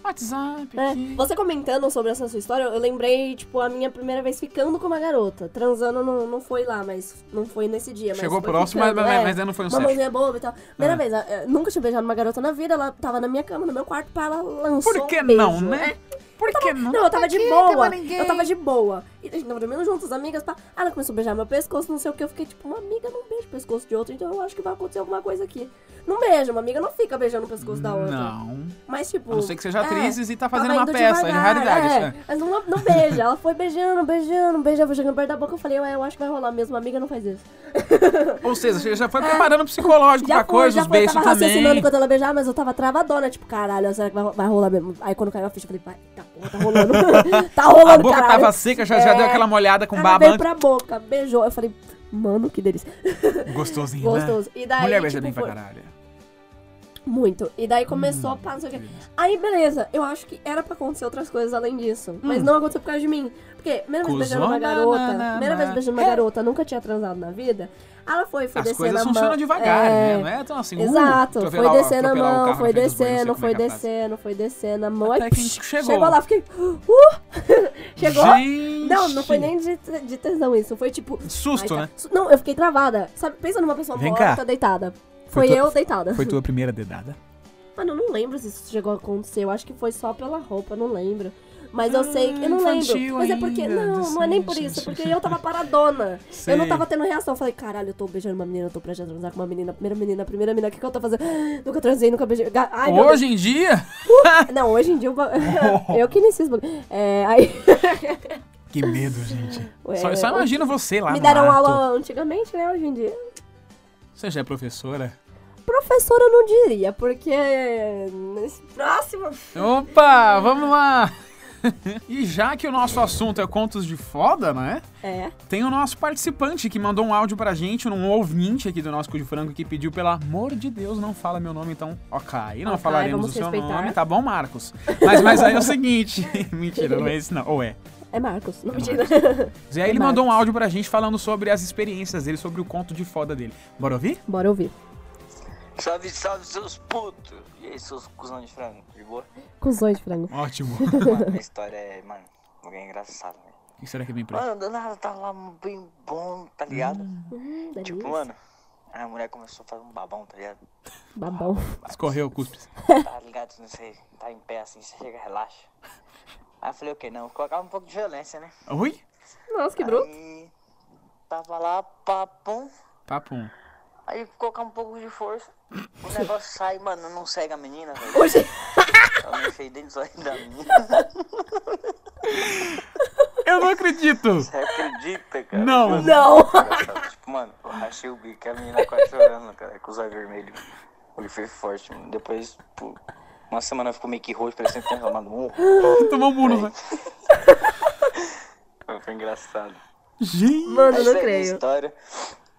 Speaker 2: WhatsApp,
Speaker 1: né?
Speaker 2: aqui.
Speaker 1: Você comentando sobre essa sua história, eu lembrei, tipo, a minha primeira vez ficando com uma garota. Transando não, não foi lá, mas não foi nesse dia. mas
Speaker 2: Chegou
Speaker 1: foi
Speaker 2: próximo, mas-
Speaker 1: ficando,
Speaker 2: mas-
Speaker 1: é.
Speaker 2: mas aí não foi um
Speaker 1: Uma
Speaker 2: sexo. Ah.
Speaker 1: mãozinha boba e tal. Primeira vez, eh, nunca tinha beijado uma garota na vida, ela tava na minha cama, no meu quarto, pá, ela lançou.
Speaker 2: Por que
Speaker 1: um beijo. É.
Speaker 2: não, né? Por que não?
Speaker 1: Não, eu tava de
Speaker 2: Aqui,
Speaker 1: boa.
Speaker 2: tava ninguém.
Speaker 1: Eu tava de boa. E a gente tava dormindo juntos, amigas, pá. Ah, ela começou a beijar meu pescoço, não sei o que. Eu fiquei tipo, uma amiga não beija o pescoço de outra, então eu acho que vai acontecer alguma coisa aqui. Não beija, uma amiga não fica beijando o pescoço da outra.
Speaker 2: Não.
Speaker 1: Mas tipo.
Speaker 2: A não ser que seja
Speaker 1: é,
Speaker 2: atrizes e tá
Speaker 1: tava
Speaker 2: fazendo uma
Speaker 1: indo
Speaker 2: peça, é
Speaker 1: devagar,
Speaker 2: raridade.
Speaker 1: é. Mas não, não beija. Ela foi beijando, beijando, beijando, chegando perto da boca. Eu falei, ué, eu acho que vai rolar mesmo. Uma amiga não faz isso.
Speaker 2: Ou seja, você já foi preparando o psicológico pra
Speaker 1: É. Já foi,
Speaker 2: coisa,
Speaker 1: já
Speaker 2: os
Speaker 1: foi. Eu
Speaker 2: beijos
Speaker 1: tava raciocinando
Speaker 2: também.
Speaker 1: enquanto ela beijava, mas eu tava travadona. Tipo, caralho, será que vai, vai rolar mesmo? Aí quando caiu a ficha, eu falei, vai, tá, porra, tá rolando. tá rolando,
Speaker 2: A boca
Speaker 1: caralho.
Speaker 2: tava seca, já, já
Speaker 1: É.
Speaker 2: deu aquela molhada com
Speaker 1: Ela
Speaker 2: baba. né?
Speaker 1: veio pra boca, beijou. Eu falei, mano, que delícia.
Speaker 2: Gostosinho,
Speaker 1: Gostoso.
Speaker 2: né?
Speaker 1: E daí,
Speaker 2: Mulher beija
Speaker 1: tipo,
Speaker 2: bem pra
Speaker 1: foi-
Speaker 2: caralho.
Speaker 1: Muito. E daí
Speaker 2: Hum.
Speaker 1: começou a pá, não sei o quê. Aí, beleza. Eu acho que era pra acontecer outras coisas além disso. Mas
Speaker 2: Hum.
Speaker 1: não aconteceu por causa de mim. Porque, primeira vez beijando uma
Speaker 2: Cusona,
Speaker 1: garota,
Speaker 2: na, na,
Speaker 1: primeira
Speaker 2: na.
Speaker 1: vez beijando uma
Speaker 2: É.
Speaker 1: garota, nunca tinha transado na vida. Ela foi, foi
Speaker 2: As
Speaker 1: descendo
Speaker 2: coisas
Speaker 1: a mão.
Speaker 2: funcionam devagar,
Speaker 1: É.
Speaker 2: né? Não é tão assim. uh,
Speaker 1: Exato, foi
Speaker 2: atropelar o-
Speaker 1: descendo a
Speaker 2: atropelar o
Speaker 1: mão,
Speaker 2: carro
Speaker 1: foi
Speaker 2: na frente dos bois, não sei
Speaker 1: descendo,
Speaker 2: como
Speaker 1: foi
Speaker 2: é que é a frase.
Speaker 1: descendo, foi descendo a mão.
Speaker 2: Até
Speaker 1: aí,
Speaker 2: que
Speaker 1: psh,
Speaker 2: chegou.
Speaker 1: lá, fiquei. Uh! chegou.
Speaker 2: Gente!
Speaker 1: Não, não foi nem de, de tesão isso, foi tipo.
Speaker 2: Susto,
Speaker 1: ai, tá-
Speaker 2: né?
Speaker 1: su- Não, eu fiquei travada. Sabe, pensa numa pessoa
Speaker 2: Vem
Speaker 1: morta,
Speaker 2: cá.
Speaker 1: deitada.
Speaker 2: Foi
Speaker 1: Foi,
Speaker 2: tua-
Speaker 1: eu deitada.
Speaker 2: Foi tua primeira dedada?
Speaker 1: Mano, eu não lembro se isso chegou a acontecer. Eu acho que foi só pela roupa, eu não lembro. Mas eu sei que. Eu não
Speaker 2: Ah, infantil
Speaker 1: lembro. Mas é porque.
Speaker 2: ainda,
Speaker 1: Não, não é nem por isso. é Porque eu tava paradona. Eu
Speaker 2: Sei.
Speaker 1: não tava tendo reação. Eu falei, caralho, eu tô beijando uma menina, eu tô pra já transar com uma menina, primeira menina, primeira menina, o que, que eu tô fazendo? Nunca transei, nunca beijei. Ga- Ai, meu
Speaker 2: Hoje em dia?
Speaker 1: Deus. Não, hoje em dia eu, ba- eu que iniciei esse bagulho. É, aí.
Speaker 2: Que medo, gente.
Speaker 1: Ué,
Speaker 2: só, só
Speaker 1: eu-
Speaker 2: imagina você lá
Speaker 1: É. Me
Speaker 2: no
Speaker 1: deram um
Speaker 2: ato.
Speaker 1: aula antigamente, né? Hoje em dia.
Speaker 2: Você já é professora?
Speaker 1: Professora, eu não diria, porque. Nesse próximo.
Speaker 2: Opa, vamos lá. E já que o nosso assunto é contos de foda, né?
Speaker 1: É.
Speaker 2: Tem o nosso participante que mandou um áudio pra gente, um ouvinte aqui do nosso Cu de Frango, que pediu, pelo amor de Deus, não fala meu nome, então, ok, não
Speaker 1: Ok,
Speaker 2: falaremos
Speaker 1: vamos
Speaker 2: o seu
Speaker 1: respeitar.
Speaker 2: nome, tá bom, Marcos? Mas, mas aí é o seguinte, mentira, não é esse não, ou é?
Speaker 1: É Marcos. Não, mentira.
Speaker 2: E aí ele mandou um áudio pra gente falando sobre as experiências dele, sobre o conto de foda dele. Bora ouvir?
Speaker 1: Bora ouvir.
Speaker 7: Salve, salve, seus putos! E aí, seus cuzão de frango, de boa?
Speaker 1: Cusões de frango.
Speaker 2: Ótimo.
Speaker 7: Mano, a história é, mano, alguém engraçado, né?
Speaker 2: O que será que vem pra
Speaker 7: Mano, do nada tava lá um bem bom, tá ligado?
Speaker 1: Hum,
Speaker 7: tipo,
Speaker 1: delícia.
Speaker 7: mano, a mulher começou a fazer um babão, tá ligado?
Speaker 1: Babão.
Speaker 2: Escorreu o cuspe.
Speaker 7: Tá ligado? Não sei, tá em pé assim, você chega, relaxa. Aí eu falei, ok, não, colocava um pouco de violência, né?
Speaker 2: Ui?
Speaker 1: Nossa, que bruto.
Speaker 7: Aí, tava lá, papum,
Speaker 2: Papum.
Speaker 7: aí colocar um pouco de força, o negócio sai, mano, não segue a menina, velho.
Speaker 1: Hoje.
Speaker 7: Eu me enfiei dentro do sorriso da menina.
Speaker 2: Eu não acredito!
Speaker 7: Você acredita, cara?
Speaker 2: Não!
Speaker 1: Não!
Speaker 7: tipo, mano, eu rachei o bico, a menina quase chorando, cara, com os olhos vermelhos. Ele foi forte, mano. Depois, pô, uma semana ficou meio que roxo, parecendo que tinha tomado um.
Speaker 2: Tomou um muro, velho.
Speaker 7: Foi engraçado.
Speaker 2: Gente!
Speaker 1: Mano, eu
Speaker 7: Essa é a
Speaker 1: não
Speaker 7: minha
Speaker 1: creio.
Speaker 7: história.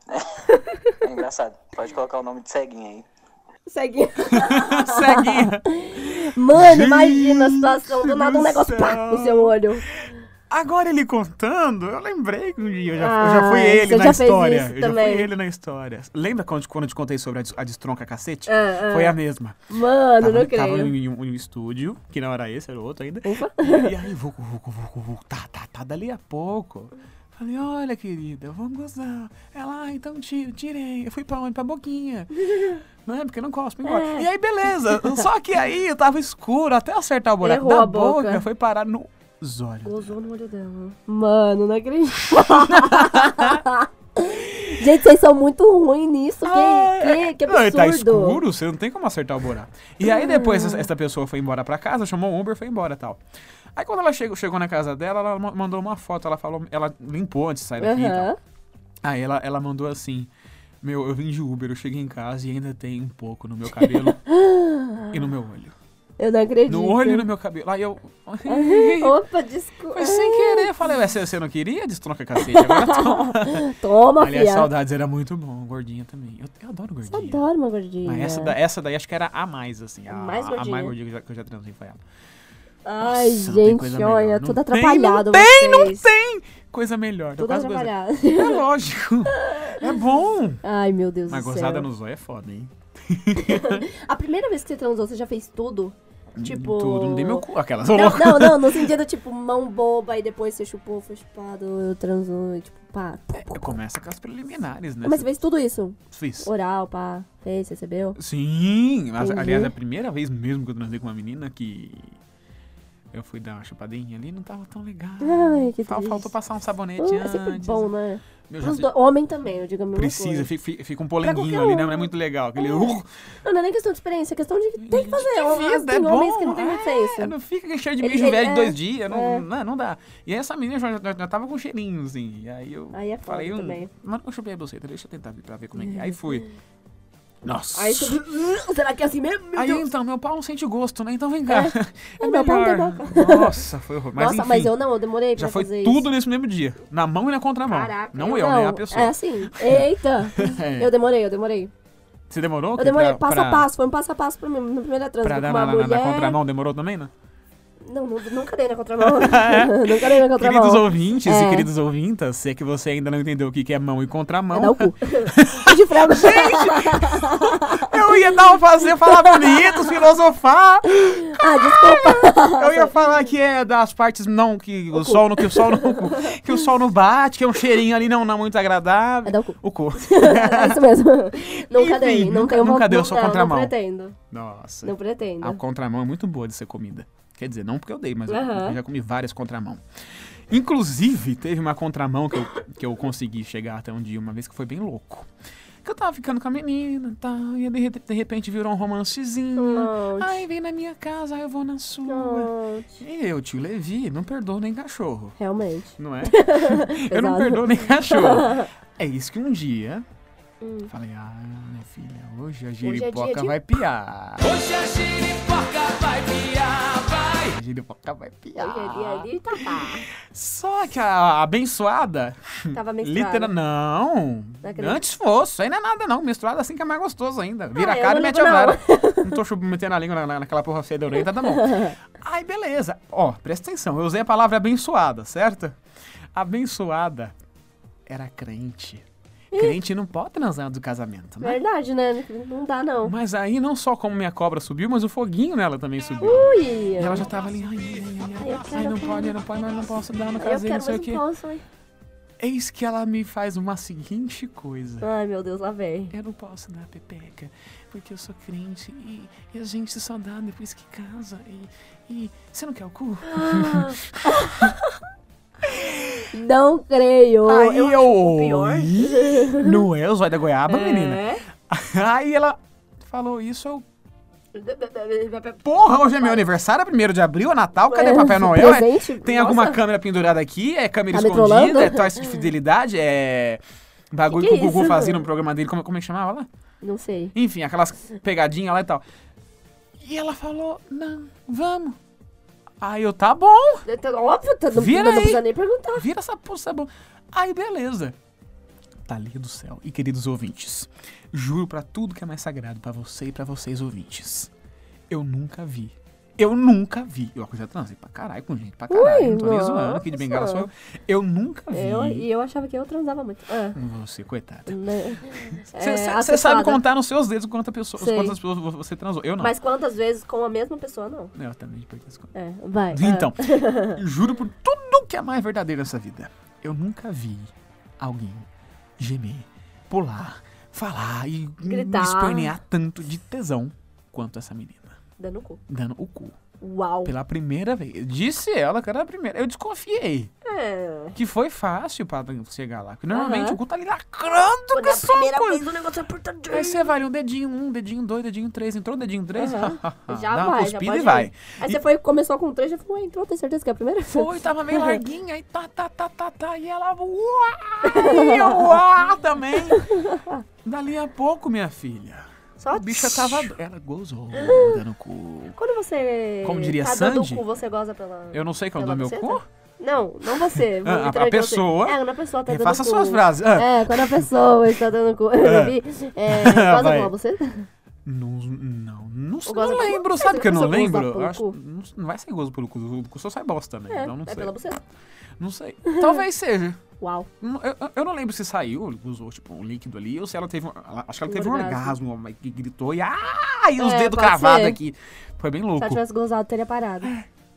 Speaker 7: É engraçado. Pode colocar o nome de ceguinha aí.
Speaker 1: Segue.
Speaker 2: Ceguinha!
Speaker 1: Mano, imagina a situação.
Speaker 2: Gente
Speaker 1: Do nada um
Speaker 2: do
Speaker 1: negócio pá,
Speaker 2: céu.
Speaker 1: no seu olho.
Speaker 2: Agora ele contando, eu lembrei que um dia eu já,
Speaker 1: Ah,
Speaker 2: eu já fui ele
Speaker 1: você
Speaker 2: na
Speaker 1: já fez
Speaker 2: história.
Speaker 1: isso
Speaker 2: eu já
Speaker 1: também.
Speaker 2: fui ele na história. Lembra quando, quando eu te contei sobre a, des- a destronca cacete? Foi a mesma.
Speaker 1: Mano, Ah, eu
Speaker 2: tava
Speaker 1: não
Speaker 2: tava
Speaker 1: creio.
Speaker 2: em um, em um estúdio, que não era esse, era outro ainda. E aí, vucu, vucu, vucu, vucu, tá, tá, tá, dali a pouco. Falei, olha, querida, vamos gozar. Ela, ah, então tiro, tirei. Eu fui pra onde? Pra boquinha. Não é, porque não cospe embora. E aí, beleza. Só que aí eu tava escuro, até acertar o buraco
Speaker 1: Errou
Speaker 2: da
Speaker 1: a boca.
Speaker 2: foi parar no zóio.
Speaker 1: Gozou no olho dela. Mano, não acredito. Gente, vocês são muito ruins nisso. é Que, que, que
Speaker 2: Não, e
Speaker 1: absurdo. Ah.
Speaker 2: tá escuro, você não tem como acertar o buraco. E aí depois essa- essa pessoa foi embora pra casa, chamou o Uber, foi embora e tal. Aí quando ela chegou, chegou na casa dela, ela ma- tá mandou uma foto, ela falou, ela limpou antes de sair daqui e tal.
Speaker 1: Aham.
Speaker 2: Aí ela, ela mandou assim: Meu, eu vim de Uber, eu cheguei em casa e ainda tem um pouco no meu cabelo e no meu olho.
Speaker 1: Eu não acredito.
Speaker 2: No olho e no meu cabelo. Aí eu.
Speaker 1: Opa, desculpa.
Speaker 2: Foi sem querer. Eu Falei, "Ué, você você não queria? Destronca cacete. Agora toma.
Speaker 1: Toma,
Speaker 2: Aliás,
Speaker 1: fia.
Speaker 2: saudades era muito bom. Gordinha também. Eu, eu adoro gordinha.
Speaker 1: Eu adoro uma gordinha.
Speaker 2: Mas Ah, é essa, da- essa daí acho que era a mais, assim. A
Speaker 1: é. Mais
Speaker 2: a- A
Speaker 1: gordinha.
Speaker 2: mais gordinha que eu já, que eu já transei foi ela.
Speaker 1: Ai,
Speaker 2: Nossa, não tem coisa
Speaker 1: gente,
Speaker 2: melhor.
Speaker 1: olha,
Speaker 2: Não
Speaker 1: tudo
Speaker 2: tem,
Speaker 1: atrapalhado.
Speaker 2: Não tem, não
Speaker 1: vocês.
Speaker 2: tem. Coisa melhor. Eu
Speaker 1: Tudo
Speaker 2: quase gozei.
Speaker 1: atrapalhado.
Speaker 2: É lógico. É bom.
Speaker 1: Ai, meu Deus
Speaker 2: Mas
Speaker 1: do
Speaker 2: gozada
Speaker 1: céu.
Speaker 2: no zóio é foda, hein?
Speaker 1: A primeira vez que você transou, você já fez tudo? Tipo.
Speaker 2: Tudo, não dei meu cu. Aquelas
Speaker 1: Não,
Speaker 2: loucas.
Speaker 1: não, não, no sentido, tipo, mão boba e depois você chupou, foi chupado, eu transou e tipo, pá.
Speaker 2: Começa com as preliminares, né?
Speaker 1: Mas você fez tudo isso?
Speaker 2: Fiz.
Speaker 1: Oral, pá, fez, recebeu?
Speaker 2: Sim, mas,
Speaker 1: Entendi.
Speaker 2: aliás, é a primeira vez mesmo que eu transei com uma menina que eu fui dar uma chupadinha ali, não tava tão legal.
Speaker 1: Ai, que
Speaker 2: Fal-
Speaker 1: triste.
Speaker 2: Faltou passar um sabonete
Speaker 1: Hum, é
Speaker 2: antes.
Speaker 1: sempre bom, né?
Speaker 2: Meu, já
Speaker 1: Os
Speaker 2: sei-
Speaker 1: do... Homem também, eu digo a mesma
Speaker 2: Precisa,
Speaker 1: coisa.
Speaker 2: fi- fi- fica, um polenguinho
Speaker 1: qualquer
Speaker 2: ali, né?
Speaker 1: um.
Speaker 2: Não é muito legal. Aquele. Uh,
Speaker 1: Não, não é nem questão de experiência, é questão de que tem que fazer.
Speaker 2: Hum, vida,
Speaker 1: tem
Speaker 2: é bom.
Speaker 1: homens que não tem muito senso.
Speaker 2: é, não fica cheio de
Speaker 1: Ele-
Speaker 2: beijo
Speaker 1: ele-
Speaker 2: velho de
Speaker 1: é,
Speaker 2: dois dias. Não,
Speaker 1: é.
Speaker 2: não, não dá. E essa menina já, já, já tava com cheirinho, assim. E aí eu
Speaker 1: Aí é foda
Speaker 2: falei, hum,
Speaker 1: também. Uhum.
Speaker 2: mas não chupei a buceta, deixa eu tentar ver pra ver como é que é. Aí fui. Nossa.
Speaker 1: Aí você... Hum, Será que é assim mesmo? Meu
Speaker 2: Aí
Speaker 1: Deus.
Speaker 2: então, meu pau não sente gosto, né? Então vem cá. É,
Speaker 1: meu pau não tem
Speaker 2: melhor. Nossa, foi horror. Mas,
Speaker 1: Nossa,
Speaker 2: enfim,
Speaker 1: mas eu não, eu demorei pra
Speaker 2: já foi
Speaker 1: fazer
Speaker 2: tudo
Speaker 1: isso.
Speaker 2: nesse mesmo dia. Na mão e na contramão.
Speaker 1: Caraca,
Speaker 2: não eu, né? A pessoa.
Speaker 1: É assim. Eita!
Speaker 2: É.
Speaker 1: Eu demorei, eu demorei.
Speaker 2: Você demorou?
Speaker 1: Eu
Speaker 2: que
Speaker 1: demorei,
Speaker 2: pra-
Speaker 1: passo
Speaker 2: pra-
Speaker 1: a passo, foi um passo a passo pra mim, na primeira transa
Speaker 2: Pra
Speaker 1: com
Speaker 2: dar
Speaker 1: uma
Speaker 2: na, na- na
Speaker 1: mulher.
Speaker 2: contramão, demorou também, né?
Speaker 1: Não, nu- nunca dei na contramão. nunca dei na contramão.
Speaker 2: Queridos ouvintes e
Speaker 1: É.
Speaker 2: queridos ouvintas, se é que você ainda não entendeu o que que é mão e contramão,
Speaker 1: É dar o cu. Cu de frango.
Speaker 2: eu ia dar um fazer, falar bonito, filosofar.
Speaker 1: ah, desculpa.
Speaker 2: Eu ia falar que é das partes não, que o, sol não, que o sol não, que o sol não bate, que é um cheirinho ali não, não muito agradável.
Speaker 1: É dar o cu.
Speaker 2: O cu.
Speaker 1: é isso mesmo. Nunca
Speaker 2: Enfim,
Speaker 1: dei. Não
Speaker 2: nunca-
Speaker 1: tenho
Speaker 2: nunca
Speaker 1: vontade-
Speaker 2: deu, só
Speaker 1: não,
Speaker 2: contramão. Tá.
Speaker 1: Não pretendo.
Speaker 2: Nossa.
Speaker 1: Não pretendo.
Speaker 2: A contramão é muito boa de ser comida. Quer dizer, não porque eu dei, mas eu-
Speaker 1: Aham.
Speaker 2: eu já comi várias contramão. Inclusive, teve uma contramão que eu, que eu consegui chegar até um dia, uma vez que foi bem louco. Que eu tava ficando com a menina e tal, e de, re- de repente virou um romancezinho.
Speaker 1: Nossa.
Speaker 2: Ai, vem na minha casa, ai, eu vou na sua.
Speaker 1: Não,
Speaker 2: E eu, tio Levi, não perdoo nem cachorro,
Speaker 1: realmente.
Speaker 2: não é? eu não
Speaker 1: Pesado.
Speaker 2: perdoo nem cachorro. É isso que um dia, falei, ah, minha filha, hoje a
Speaker 1: Hum. é dia
Speaker 2: giripoca
Speaker 1: de-
Speaker 2: vai piar.
Speaker 6: Hoje a giripoca vai piar, vai.
Speaker 2: A giripoca vai piar.
Speaker 1: Hoje ali, ali, tá pá.
Speaker 2: Só que a abençoada.
Speaker 1: Tava menstruada.
Speaker 2: Literal. Não.
Speaker 1: acredito.
Speaker 2: Antes fosse. Isso aí não é nada, não. Menstruada assim que é mais gostoso ainda. Vira
Speaker 1: Ah,
Speaker 2: a
Speaker 1: eu
Speaker 2: cara
Speaker 1: não
Speaker 2: e mete a
Speaker 1: ligo,
Speaker 2: vara. Não tô chup- metendo a língua na- na- naquela porra feia da orelha, tá bom. Aí, beleza. Ó, presta atenção. Eu usei a palavra abençoada, certo? Abençoada era crente. Crente não pode transar do casamento, né?
Speaker 1: Verdade, né? Não dá, não.
Speaker 2: Mas aí, não só como minha cobra subiu, mas o foguinho nela também subiu.
Speaker 1: Ui!
Speaker 2: E ela já tava ali, ai, ai, ai,
Speaker 1: Ai, eu
Speaker 2: ai, ai,
Speaker 1: quero,
Speaker 2: não
Speaker 1: eu
Speaker 2: pode, não pode, mas não posso dar, não
Speaker 1: Eu
Speaker 2: casei,
Speaker 1: quero,
Speaker 2: não
Speaker 1: um
Speaker 2: sei o
Speaker 1: mas
Speaker 2: quê.
Speaker 1: não posso. hein?
Speaker 2: Eis que ela me faz uma seguinte coisa.
Speaker 1: Ai, meu Deus, lá vem.
Speaker 2: Eu não posso dar pepeca, porque eu sou crente e, e a gente só dá depois que casa. E, e você não quer o cu?
Speaker 1: Ah, Não creio.
Speaker 2: Aí
Speaker 1: Eu-
Speaker 2: eu. Ih, Não é o zóio da goiaba, menina?
Speaker 1: É?
Speaker 2: Aí ela falou isso, eu. Porra, hoje é meu aniversário, é 1 de abril, é Natal, cadê
Speaker 1: É,
Speaker 2: Papai Noel? É-
Speaker 1: presente?
Speaker 2: tem
Speaker 1: Nossa.
Speaker 2: alguma câmera pendurada aqui? É câmera
Speaker 1: Tá me
Speaker 2: escondida?
Speaker 1: trolando?
Speaker 2: É tosse de fidelidade? É. Bagulho
Speaker 1: Que
Speaker 2: que,
Speaker 1: que
Speaker 2: o
Speaker 1: é
Speaker 2: Gugu
Speaker 1: isso?
Speaker 2: fazia no programa dele, como, como é que chamava lá?
Speaker 1: Não sei.
Speaker 2: Enfim, aquelas pegadinhas lá e tal. E ela falou, não, vamos. Aí eu, tá bom,
Speaker 1: Eu tô- Óbvio, tá- não,
Speaker 2: Vira
Speaker 1: não
Speaker 2: aí.
Speaker 1: precisa nem perguntar.
Speaker 2: vira essa porra, é bom. Aí beleza. Thalia do céu e queridos ouvintes, juro pra tudo que é mais sagrado pra você e pra vocês ouvintes. Eu nunca vi. Eu nunca vi. Eu já transei pra caralho com gente pra caralho.
Speaker 1: Ui,
Speaker 2: não tô nem
Speaker 1: nossa.
Speaker 2: zoando, aqui de bengala sou eu. Eu nunca vi.
Speaker 1: Eu- e eu achava que eu transava muito. Ah,
Speaker 2: Você, coitada.
Speaker 1: né? É,
Speaker 2: Você
Speaker 1: acessada.
Speaker 2: sabe contar nos seus dedos quantas pessoas,
Speaker 1: Sei.
Speaker 2: quantas pessoas vo- você transou. Eu não.
Speaker 1: Mas quantas vezes com a mesma pessoa, não.
Speaker 2: Eu também perdi as contas.
Speaker 1: É, vai. é.
Speaker 2: Então, juro por tudo que é mais verdadeiro nessa vida. Eu nunca vi alguém gemer, pular, falar e me
Speaker 1: Gritar.
Speaker 2: espernear tanto de tesão quanto essa menina.
Speaker 1: Dando o cu.
Speaker 2: Dando o cu.
Speaker 1: Uau.
Speaker 2: Pela primeira vez. Disse ela que era a primeira. Eu desconfiei.
Speaker 1: É.
Speaker 2: Que foi fácil pra chegar lá. Porque normalmente
Speaker 1: Aham.
Speaker 2: o Gu tá ali lacrando
Speaker 1: Foi
Speaker 2: com
Speaker 1: é a
Speaker 2: essa
Speaker 1: primeira
Speaker 2: coisa.
Speaker 1: vez o negócio é apertadinho.
Speaker 2: Aí você vai ali, um dedinho, um dedinho, dois, dedinho, três. Entrou o dedinho, três.
Speaker 1: Aham. Já
Speaker 2: dá uma
Speaker 1: vai, já
Speaker 2: cuspida
Speaker 1: pode
Speaker 2: e vai.
Speaker 1: ir. Aí
Speaker 2: E-
Speaker 1: você foi, começou com três, já falou, "Ué, entrou, tem certeza que é a primeira?
Speaker 2: Foi, tava meio larguinha, aí tá, tá, tá, tá, tá, e ela uá, e eu uá também. Dali a pouco, minha filha,
Speaker 1: Só
Speaker 2: a bicha tava... Ela gozou,
Speaker 1: Ah.
Speaker 2: dando cu.
Speaker 1: Quando você.
Speaker 2: Como diria
Speaker 1: tá
Speaker 2: Sandy?
Speaker 1: Dando cu, você goza pela.
Speaker 2: Eu não sei qual é o
Speaker 1: pela
Speaker 2: do meu
Speaker 1: buceta?
Speaker 2: cu.
Speaker 1: Não, não você.
Speaker 2: Ah, a- a
Speaker 1: literalmente você.
Speaker 2: pessoa.
Speaker 1: É, quando a pessoa tá dando
Speaker 2: Faça
Speaker 1: cu.
Speaker 2: suas frases. Ah,
Speaker 1: É, quando a pessoa está dando cu. Eu vi. É, goza
Speaker 2: Ah, Vai.
Speaker 1: com você?
Speaker 2: Não, não, não, sei,
Speaker 1: goza
Speaker 2: não
Speaker 1: pelo cu?
Speaker 2: lembro,
Speaker 1: Mas
Speaker 2: sabe que eu não
Speaker 1: você goza
Speaker 2: lembro?
Speaker 1: pelo
Speaker 2: Eu acho,
Speaker 1: cu?
Speaker 2: não, não vai ser gozo pelo cu, o cu só sai bosta também,
Speaker 1: É,
Speaker 2: então não
Speaker 1: é
Speaker 2: sei.
Speaker 1: pela buceta.
Speaker 2: Não sei, talvez seja.
Speaker 1: Uau.
Speaker 2: Não, Eu, eu- eu não lembro se saiu, usou tipo um líquido ali, ou se ela teve. um- ela- acho que ela
Speaker 1: Um
Speaker 2: teve um
Speaker 1: orgasmo.
Speaker 2: orgasmo, que gritou e. Ah! E os
Speaker 1: É,
Speaker 2: dedos
Speaker 1: pode
Speaker 2: cravados
Speaker 1: ser.
Speaker 2: aqui. Foi bem
Speaker 1: Se
Speaker 2: louco.
Speaker 1: ela tivesse gozado, teria parado.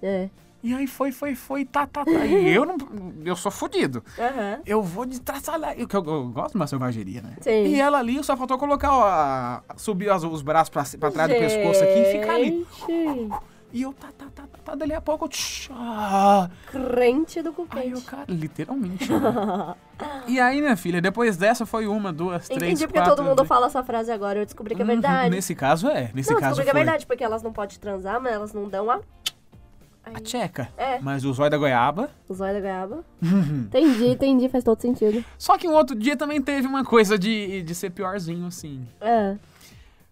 Speaker 1: É.
Speaker 2: E aí foi, foi, foi, tá, tá, tá. E eu não. Eu sou fodido.
Speaker 1: Aham.
Speaker 2: Eu vou de traçalhar. Eu, que eu, eu gosto de uma selvageria, né?
Speaker 1: Sim.
Speaker 2: E ela ali só faltou colocar, ó. a- Subir as- os braços pra, pra trás do pescoço aqui e ficar ali.
Speaker 1: Gente,
Speaker 2: E eu, tá, tá, tá, tá, tá dali a pouco. eu, tch, ah,
Speaker 1: Crente do cu
Speaker 2: Aí eu,
Speaker 1: quente.
Speaker 2: cara, literalmente. né? e aí, minha filha, depois dessa foi uma, duas, três,
Speaker 1: Entendi porque
Speaker 2: quatro... né?
Speaker 1: todo mundo fala essa frase agora. Eu descobri que é
Speaker 2: Uhum,
Speaker 1: verdade.
Speaker 2: Nesse caso é, nesse
Speaker 1: não, eu descobri
Speaker 2: caso foi.
Speaker 1: que é verdade, porque elas não podem transar, mas elas não dão a.
Speaker 2: A tcheca.
Speaker 1: É.
Speaker 2: Mas o zóio da goiaba.
Speaker 1: O zóio da goiaba.
Speaker 2: Uhum.
Speaker 1: entendi, entendi, faz todo sentido.
Speaker 2: Só que um outro dia também teve uma coisa de, de ser piorzinho, assim.
Speaker 1: É.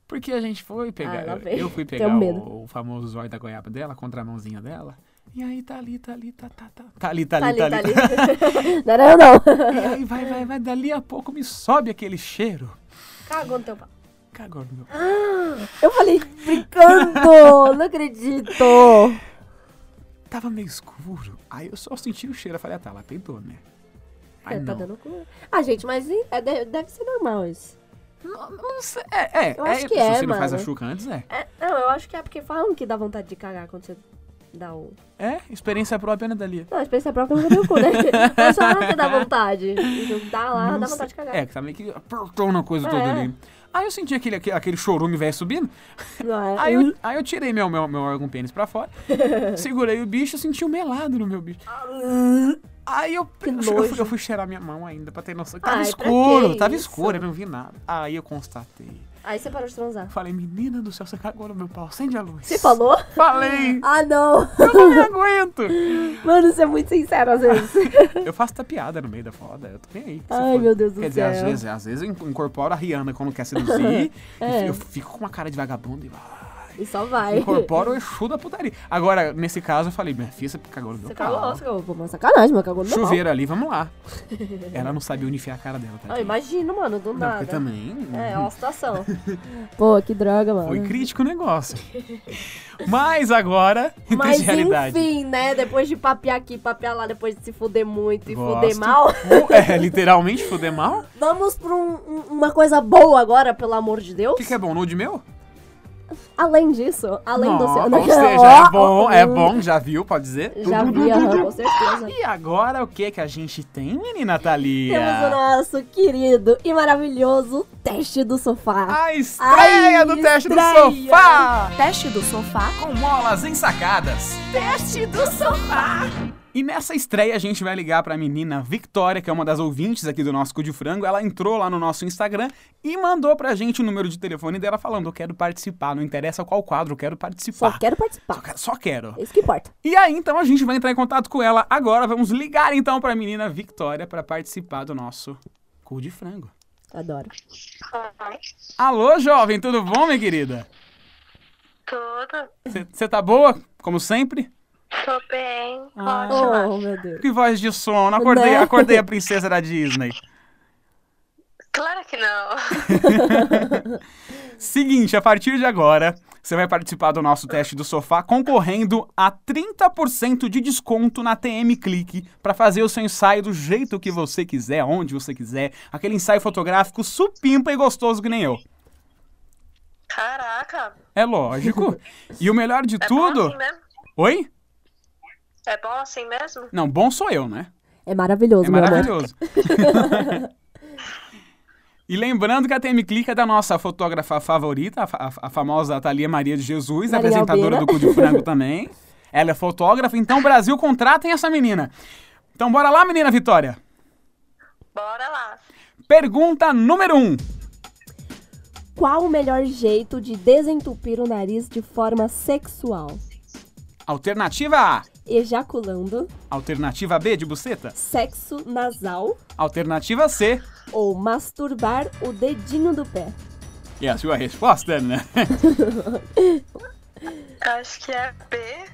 Speaker 2: Porque a gente foi
Speaker 1: Ah,
Speaker 2: pegar.
Speaker 1: lá vem.
Speaker 2: eu, fui
Speaker 1: Tenho
Speaker 2: pegar
Speaker 1: medo.
Speaker 2: o, o famoso zóio da goiaba dela, contra a mãozinha dela. E aí tá ali, tá ali, tá, tá, tá. Tá ali, tá
Speaker 1: Tá
Speaker 2: ali,
Speaker 1: ali,
Speaker 2: tá
Speaker 1: tá
Speaker 2: ali.
Speaker 1: ali. não, não, não.
Speaker 2: e aí vai, vai, vai. Dali a pouco me sobe aquele cheiro.
Speaker 1: Cagou no teu pau.
Speaker 2: Cagou no meu.
Speaker 1: Eu falei, brincando! não acredito!
Speaker 2: Tava meio escuro. Aí eu só senti o cheiro. Eu falei, ah tá, ela peidou, né? Aí
Speaker 1: É, tá
Speaker 2: não.
Speaker 1: dando cu. Ah, gente, mas é, deve, deve ser normal isso.
Speaker 2: não. não sei. É, é.
Speaker 1: Eu acho
Speaker 2: é,
Speaker 1: que
Speaker 2: se
Speaker 1: é,
Speaker 2: você não faz a
Speaker 1: mano.
Speaker 2: chuca antes, é.
Speaker 1: É, não, eu acho que é porque falam que dá vontade de cagar quando você dá o.
Speaker 2: É, experiência própria, né, Dali?
Speaker 1: Não, a experiência própria nunca deu cu, né? Mas só lá que dá vontade. Então, dá lá,
Speaker 2: Não
Speaker 1: dá
Speaker 2: sei.
Speaker 1: vontade de cagar.
Speaker 2: É, que tá meio que apertou na coisa toda
Speaker 1: É.
Speaker 2: ali. Aí eu senti aquele, aquele, aquele chorume velho subindo.
Speaker 1: Não é?
Speaker 2: Aí eu, aí eu tirei meu, meu, meu órgão pênis pra fora, segurei o bicho, senti um melado no meu bicho.
Speaker 1: Ah.
Speaker 2: Aí eu, eu, fui- eu fui, eu fui cheirar minha mão ainda pra ter noção. que Tava
Speaker 1: Ai, pra
Speaker 2: escuro,
Speaker 1: que
Speaker 2: tava
Speaker 1: isso?
Speaker 2: escuro, eu não vi nada. Aí eu constatei.
Speaker 1: Aí você parou de transar.
Speaker 2: Falei, menina do céu, você cagou no meu pau, acende a luz.
Speaker 1: Você falou?
Speaker 2: Falei,
Speaker 1: Ah, não!
Speaker 2: eu não me aguento.
Speaker 1: Mano, você é muito sincero às vezes.
Speaker 2: Eu faço essa piada no meio da foda, eu tô nem aí. Se
Speaker 1: Ai,
Speaker 2: for-
Speaker 1: meu Deus do
Speaker 2: Quer dizer, às
Speaker 1: céu.
Speaker 2: vezes, às vezes eu incorporo a Rihanna quando quer seduzir.
Speaker 1: É.
Speaker 2: e Eu fico com uma cara de vagabundo e ah,
Speaker 1: E só vai.
Speaker 2: incorporo o Exu da putaria. Agora, nesse caso, eu falei, minha filha, você cagou no meu
Speaker 1: Você
Speaker 2: pau.
Speaker 1: cagou, você cagou. Pô, mas sacanagem, mas cagou no meu pau.
Speaker 2: Chuveiro ali, vamos lá. Ela não sabia onde enfiar a cara dela, tá?
Speaker 1: Ah, imagino, mano, do
Speaker 2: Não,
Speaker 1: nada.
Speaker 2: porque também
Speaker 1: É, é
Speaker 2: hum,
Speaker 1: uma situação. Pô, que droga, mano.
Speaker 2: foi crítico o negócio. Mas agora, em
Speaker 1: Mas
Speaker 2: de realidade.
Speaker 1: enfim, né? Depois de papear aqui, papear lá, depois de se fuder muito e
Speaker 2: Gosto.
Speaker 1: fuder mal,
Speaker 2: Ou- é, literalmente, fuder mal.
Speaker 1: vamos pra um- um- uma coisa boa agora, pelo amor de Deus.
Speaker 2: O que, que é bom? Nude meu?
Speaker 1: Além disso, além do seu. um,
Speaker 2: Ou seja, é bom, é bom, já viu, pode dizer.
Speaker 1: Já vi, aham, com certeza.
Speaker 2: E agora o que que a gente tem,
Speaker 1: Temos
Speaker 2: menina
Speaker 1: o
Speaker 2: Thalia?
Speaker 1: nosso querido e maravilhoso teste do sofá.
Speaker 2: A estreia
Speaker 1: Ai,
Speaker 2: do teste do
Speaker 1: estreia.
Speaker 2: sofá!
Speaker 1: Teste do sofá?
Speaker 2: Com molas ensacadas.
Speaker 1: Teste do sofá!
Speaker 2: E nessa estreia a gente vai ligar pra menina Victoria, que é uma das ouvintes aqui do nosso Cu de Frango. Ela entrou lá no nosso Instagram e mandou pra gente o número de telefone dela falando: Eu quero participar, não interessa qual quadro, eu quero
Speaker 1: Só
Speaker 2: participar.
Speaker 1: quero
Speaker 2: Só
Speaker 1: participar.
Speaker 2: quero- Só quero.
Speaker 1: Isso que importa.
Speaker 2: E aí, então, a gente vai entrar em contato com ela agora. Vamos ligar, então, pra menina Victoria pra participar do nosso Cu de Frango.
Speaker 1: Adoro.
Speaker 2: Alô, jovem, tudo bom, minha querida?
Speaker 8: Tudo?
Speaker 2: Você tá boa, como sempre?
Speaker 8: Tô bem. Ótima.
Speaker 1: Oh, meu Deus.
Speaker 2: Que voz de sono, acordei,
Speaker 1: Né?
Speaker 2: acordei a princesa da Disney.
Speaker 8: Claro que não.
Speaker 2: Seguinte, a partir de agora, você vai participar do nosso teste do sofá concorrendo a 30% de desconto na TM Clique para fazer o seu ensaio do jeito que você quiser, onde você quiser, aquele ensaio fotográfico supimpa e gostoso que nem eu.
Speaker 8: Caraca.
Speaker 2: É lógico. E o melhor de
Speaker 8: É Bom
Speaker 2: tudo.
Speaker 8: assim mesmo?
Speaker 2: Oi?
Speaker 8: É bom assim mesmo?
Speaker 2: Não, bom sou eu, né?
Speaker 1: É maravilhoso,
Speaker 2: É
Speaker 1: meu amor.
Speaker 2: maravilhoso. E lembrando que a TM Clique é da nossa fotógrafa favorita, a, fa- a- a famosa Thalia Maria de Jesus,
Speaker 1: Maria
Speaker 2: apresentadora
Speaker 1: Albina.
Speaker 2: do Cu de Frango também. Ela é fotógrafa, então Brasil contratem essa menina. Então bora lá, menina Vitória.
Speaker 8: Bora lá.
Speaker 2: Pergunta número 1. Um.
Speaker 1: Qual o melhor jeito de desentupir o nariz de forma sexual?
Speaker 2: Alternativa A.
Speaker 1: Ejaculando,
Speaker 2: Alternativa B de buceta.
Speaker 1: sexo nasal
Speaker 2: Alternativa C.
Speaker 1: ou masturbar o dedinho do pé?
Speaker 2: E a sua resposta, né?
Speaker 8: Acho que é B.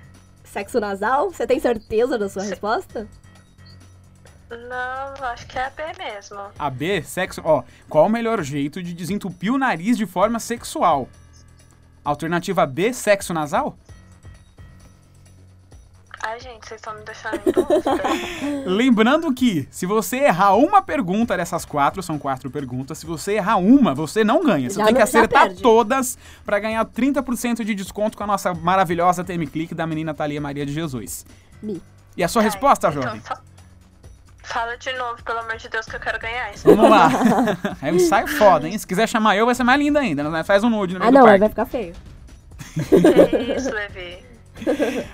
Speaker 1: Sexo nasal? Você tem certeza da sua resposta?
Speaker 8: Não, acho que é B mesmo.
Speaker 2: A B, sexo. Ó, qual o melhor jeito de desentupir o nariz de forma sexual? Alternativa B, sexo nasal?
Speaker 8: Ai, gente, vocês estão me deixando em dúvida. então
Speaker 2: Lembrando que, se você errar uma pergunta dessas quatro, são quatro perguntas, se você errar uma, você não ganha. Você
Speaker 1: Já
Speaker 2: tem que
Speaker 1: não- já
Speaker 2: acertar
Speaker 1: perde.
Speaker 2: todas pra ganhar 30% de desconto com a nossa maravilhosa TM Clique da menina Thalia Maria de Jesus.
Speaker 1: Mi.
Speaker 2: E a sua resposta,
Speaker 8: Ai, então
Speaker 2: jovem?
Speaker 8: fa- Fala de novo, pelo amor de Deus, que eu quero ganhar isso.
Speaker 2: Vamos lá. É um ensaio foda, hein? Se quiser chamar eu, vai ser mais linda ainda. né? Faz um nude no meio
Speaker 1: Ah,
Speaker 2: do
Speaker 1: não, aí
Speaker 2: parque.
Speaker 1: vai ficar feio.
Speaker 8: Que isso, Levi.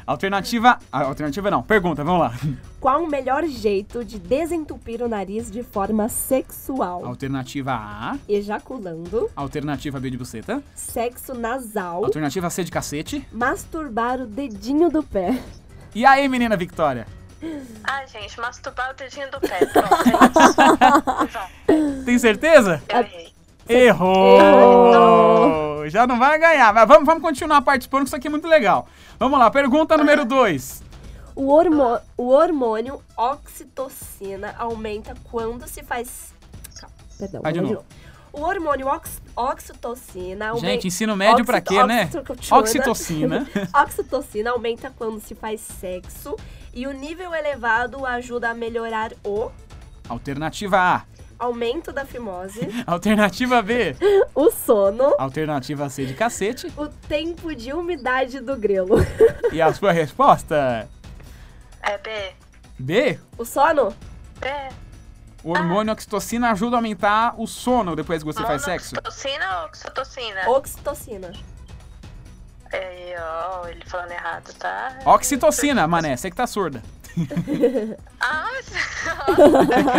Speaker 2: Alternativa... ah, alternativa não. Pergunta, vamos lá.
Speaker 1: Qual o melhor jeito de desentupir o nariz de forma sexual?
Speaker 2: Alternativa A.
Speaker 1: Ejaculando,
Speaker 2: Alternativa B de buceta.
Speaker 1: sexo nasal,
Speaker 2: Alternativa C de cacete.
Speaker 1: masturbar o dedinho do pé.
Speaker 2: E aí, menina Victória?
Speaker 8: Ai, gente, masturbar o dedinho do pé. Pronto, é isso. Vai,
Speaker 2: Tem certeza?
Speaker 8: eu errei.
Speaker 2: Errou! Já não vai ganhar, mas vamos, vamos continuar participando, que isso aqui é muito legal. Vamos lá, pergunta número 2.
Speaker 1: O, hormo- o hormônio oxitocina aumenta quando se faz. Calma, perdão.
Speaker 2: Vai de
Speaker 1: vamos
Speaker 2: novo.
Speaker 1: O hormônio ox- oxitocina aumenta.
Speaker 2: Gente, ensino médio pra quê, né? Oxitocina.
Speaker 1: oxitocina aumenta quando se faz sexo e o nível elevado ajuda a melhorar o
Speaker 2: Alternativa A.
Speaker 1: aumento da fimose,
Speaker 2: Alternativa B.
Speaker 1: o sono,
Speaker 2: Alternativa C de cacete.
Speaker 1: o tempo de umidade do grelo.
Speaker 2: E a sua resposta?
Speaker 8: É B.
Speaker 2: B.
Speaker 1: O sono?
Speaker 8: B.
Speaker 2: O hormônio oxitocina ajuda a aumentar o sono depois que você faz sexo.
Speaker 8: Monoxitocina ou oxitocina?
Speaker 1: Oxitocina.
Speaker 8: Aí, É, ó, ele falando errado, tá?
Speaker 2: Oxitocina, mané, você que tá surda.
Speaker 8: Ah,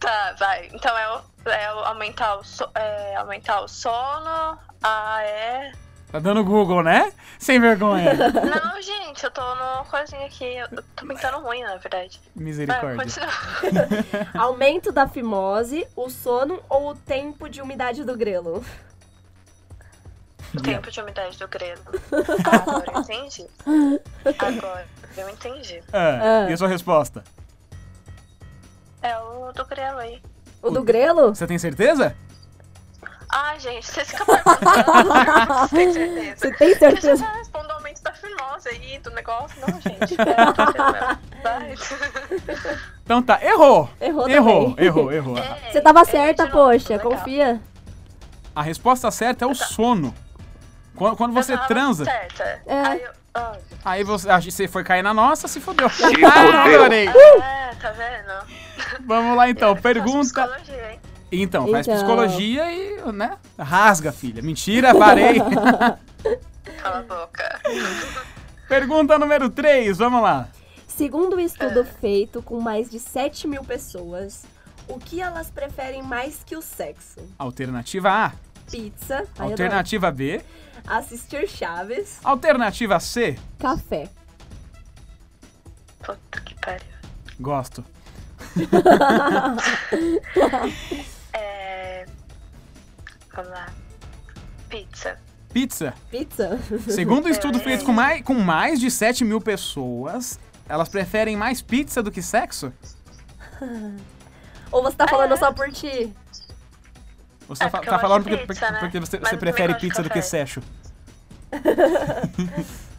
Speaker 8: tá, vai. Então é, o- é o aumentar, o so- é aumentar o sono. Ah, é.
Speaker 2: Tá dando Google, né? Sem vergonha.
Speaker 8: Não, gente, eu tô numa coisinha aqui. Eu tô pintando ruim, na verdade. Vai,
Speaker 2: Misericórdia.
Speaker 8: continua.
Speaker 1: Aumento da fimose, o sono ou o tempo de umidade do grelo?
Speaker 8: O tempo de umidade do grelo. Ah, agora eu entendi. Agora eu entendi.
Speaker 2: Ah, E a sua resposta?
Speaker 8: É o do grelo aí.
Speaker 1: O do grelo?
Speaker 2: Você tem certeza?
Speaker 8: Ah, gente, vocês ficam perguntando. Tem certeza.
Speaker 1: Você tem certeza?
Speaker 8: Deixa eu já responder o um aumento da fimose aí do negócio. Não, gente. pera, tô tentando. né? Vai.
Speaker 2: Então tá, errou!
Speaker 1: Errou
Speaker 2: errou,
Speaker 1: também.
Speaker 2: errou, errou.
Speaker 1: Você tava
Speaker 8: Errei É, de
Speaker 1: certa,
Speaker 8: novo,
Speaker 1: poxa,
Speaker 8: legal.
Speaker 1: confia.
Speaker 2: A resposta certa é o
Speaker 8: Tá.
Speaker 2: sono. Quando, quando você
Speaker 8: Eu tava
Speaker 2: transa,
Speaker 8: Certa.
Speaker 1: É.
Speaker 8: Aí eu. Ah,
Speaker 2: aí você, ah, você foi cair na nossa, se fodeu. Ah,
Speaker 4: fodeu.
Speaker 2: adorei!
Speaker 1: Uh!
Speaker 8: é, tá vendo?
Speaker 2: Vamos lá então, pergunta.
Speaker 8: Faço psicologia, hein?
Speaker 2: Então, faz
Speaker 1: Então.
Speaker 2: psicologia e, né? Rasga, filha. Mentira, parei.
Speaker 8: Cala a boca.
Speaker 2: pergunta número 3, vamos lá.
Speaker 1: Segundo um estudo feito com mais de 7 mil pessoas, o que elas preferem mais que o sexo?
Speaker 2: Alternativa A,
Speaker 1: Pizza, Ai, eu
Speaker 2: alternativa B,
Speaker 1: adoro. assistir Chaves,
Speaker 2: alternativa C,
Speaker 1: café.
Speaker 8: Puta que pariu.
Speaker 2: gosto.
Speaker 8: É. Vamos lá. Pizza.
Speaker 2: Pizza.
Speaker 1: Pizza?
Speaker 8: É.
Speaker 2: Segundo um estudo feito com mais, com mais de 7 mil pessoas, elas preferem mais pizza do que sexo?
Speaker 1: Ou você tá falando só por ti?
Speaker 2: Você
Speaker 8: É,
Speaker 2: fa-
Speaker 8: porque
Speaker 2: tá
Speaker 8: eu
Speaker 2: falando
Speaker 8: gosto de
Speaker 2: porque,
Speaker 8: pizza, né?
Speaker 2: porque você,
Speaker 8: Mas
Speaker 2: você
Speaker 8: eu também
Speaker 2: prefere
Speaker 8: gosto de
Speaker 2: pizza do que
Speaker 8: café.
Speaker 2: sexo.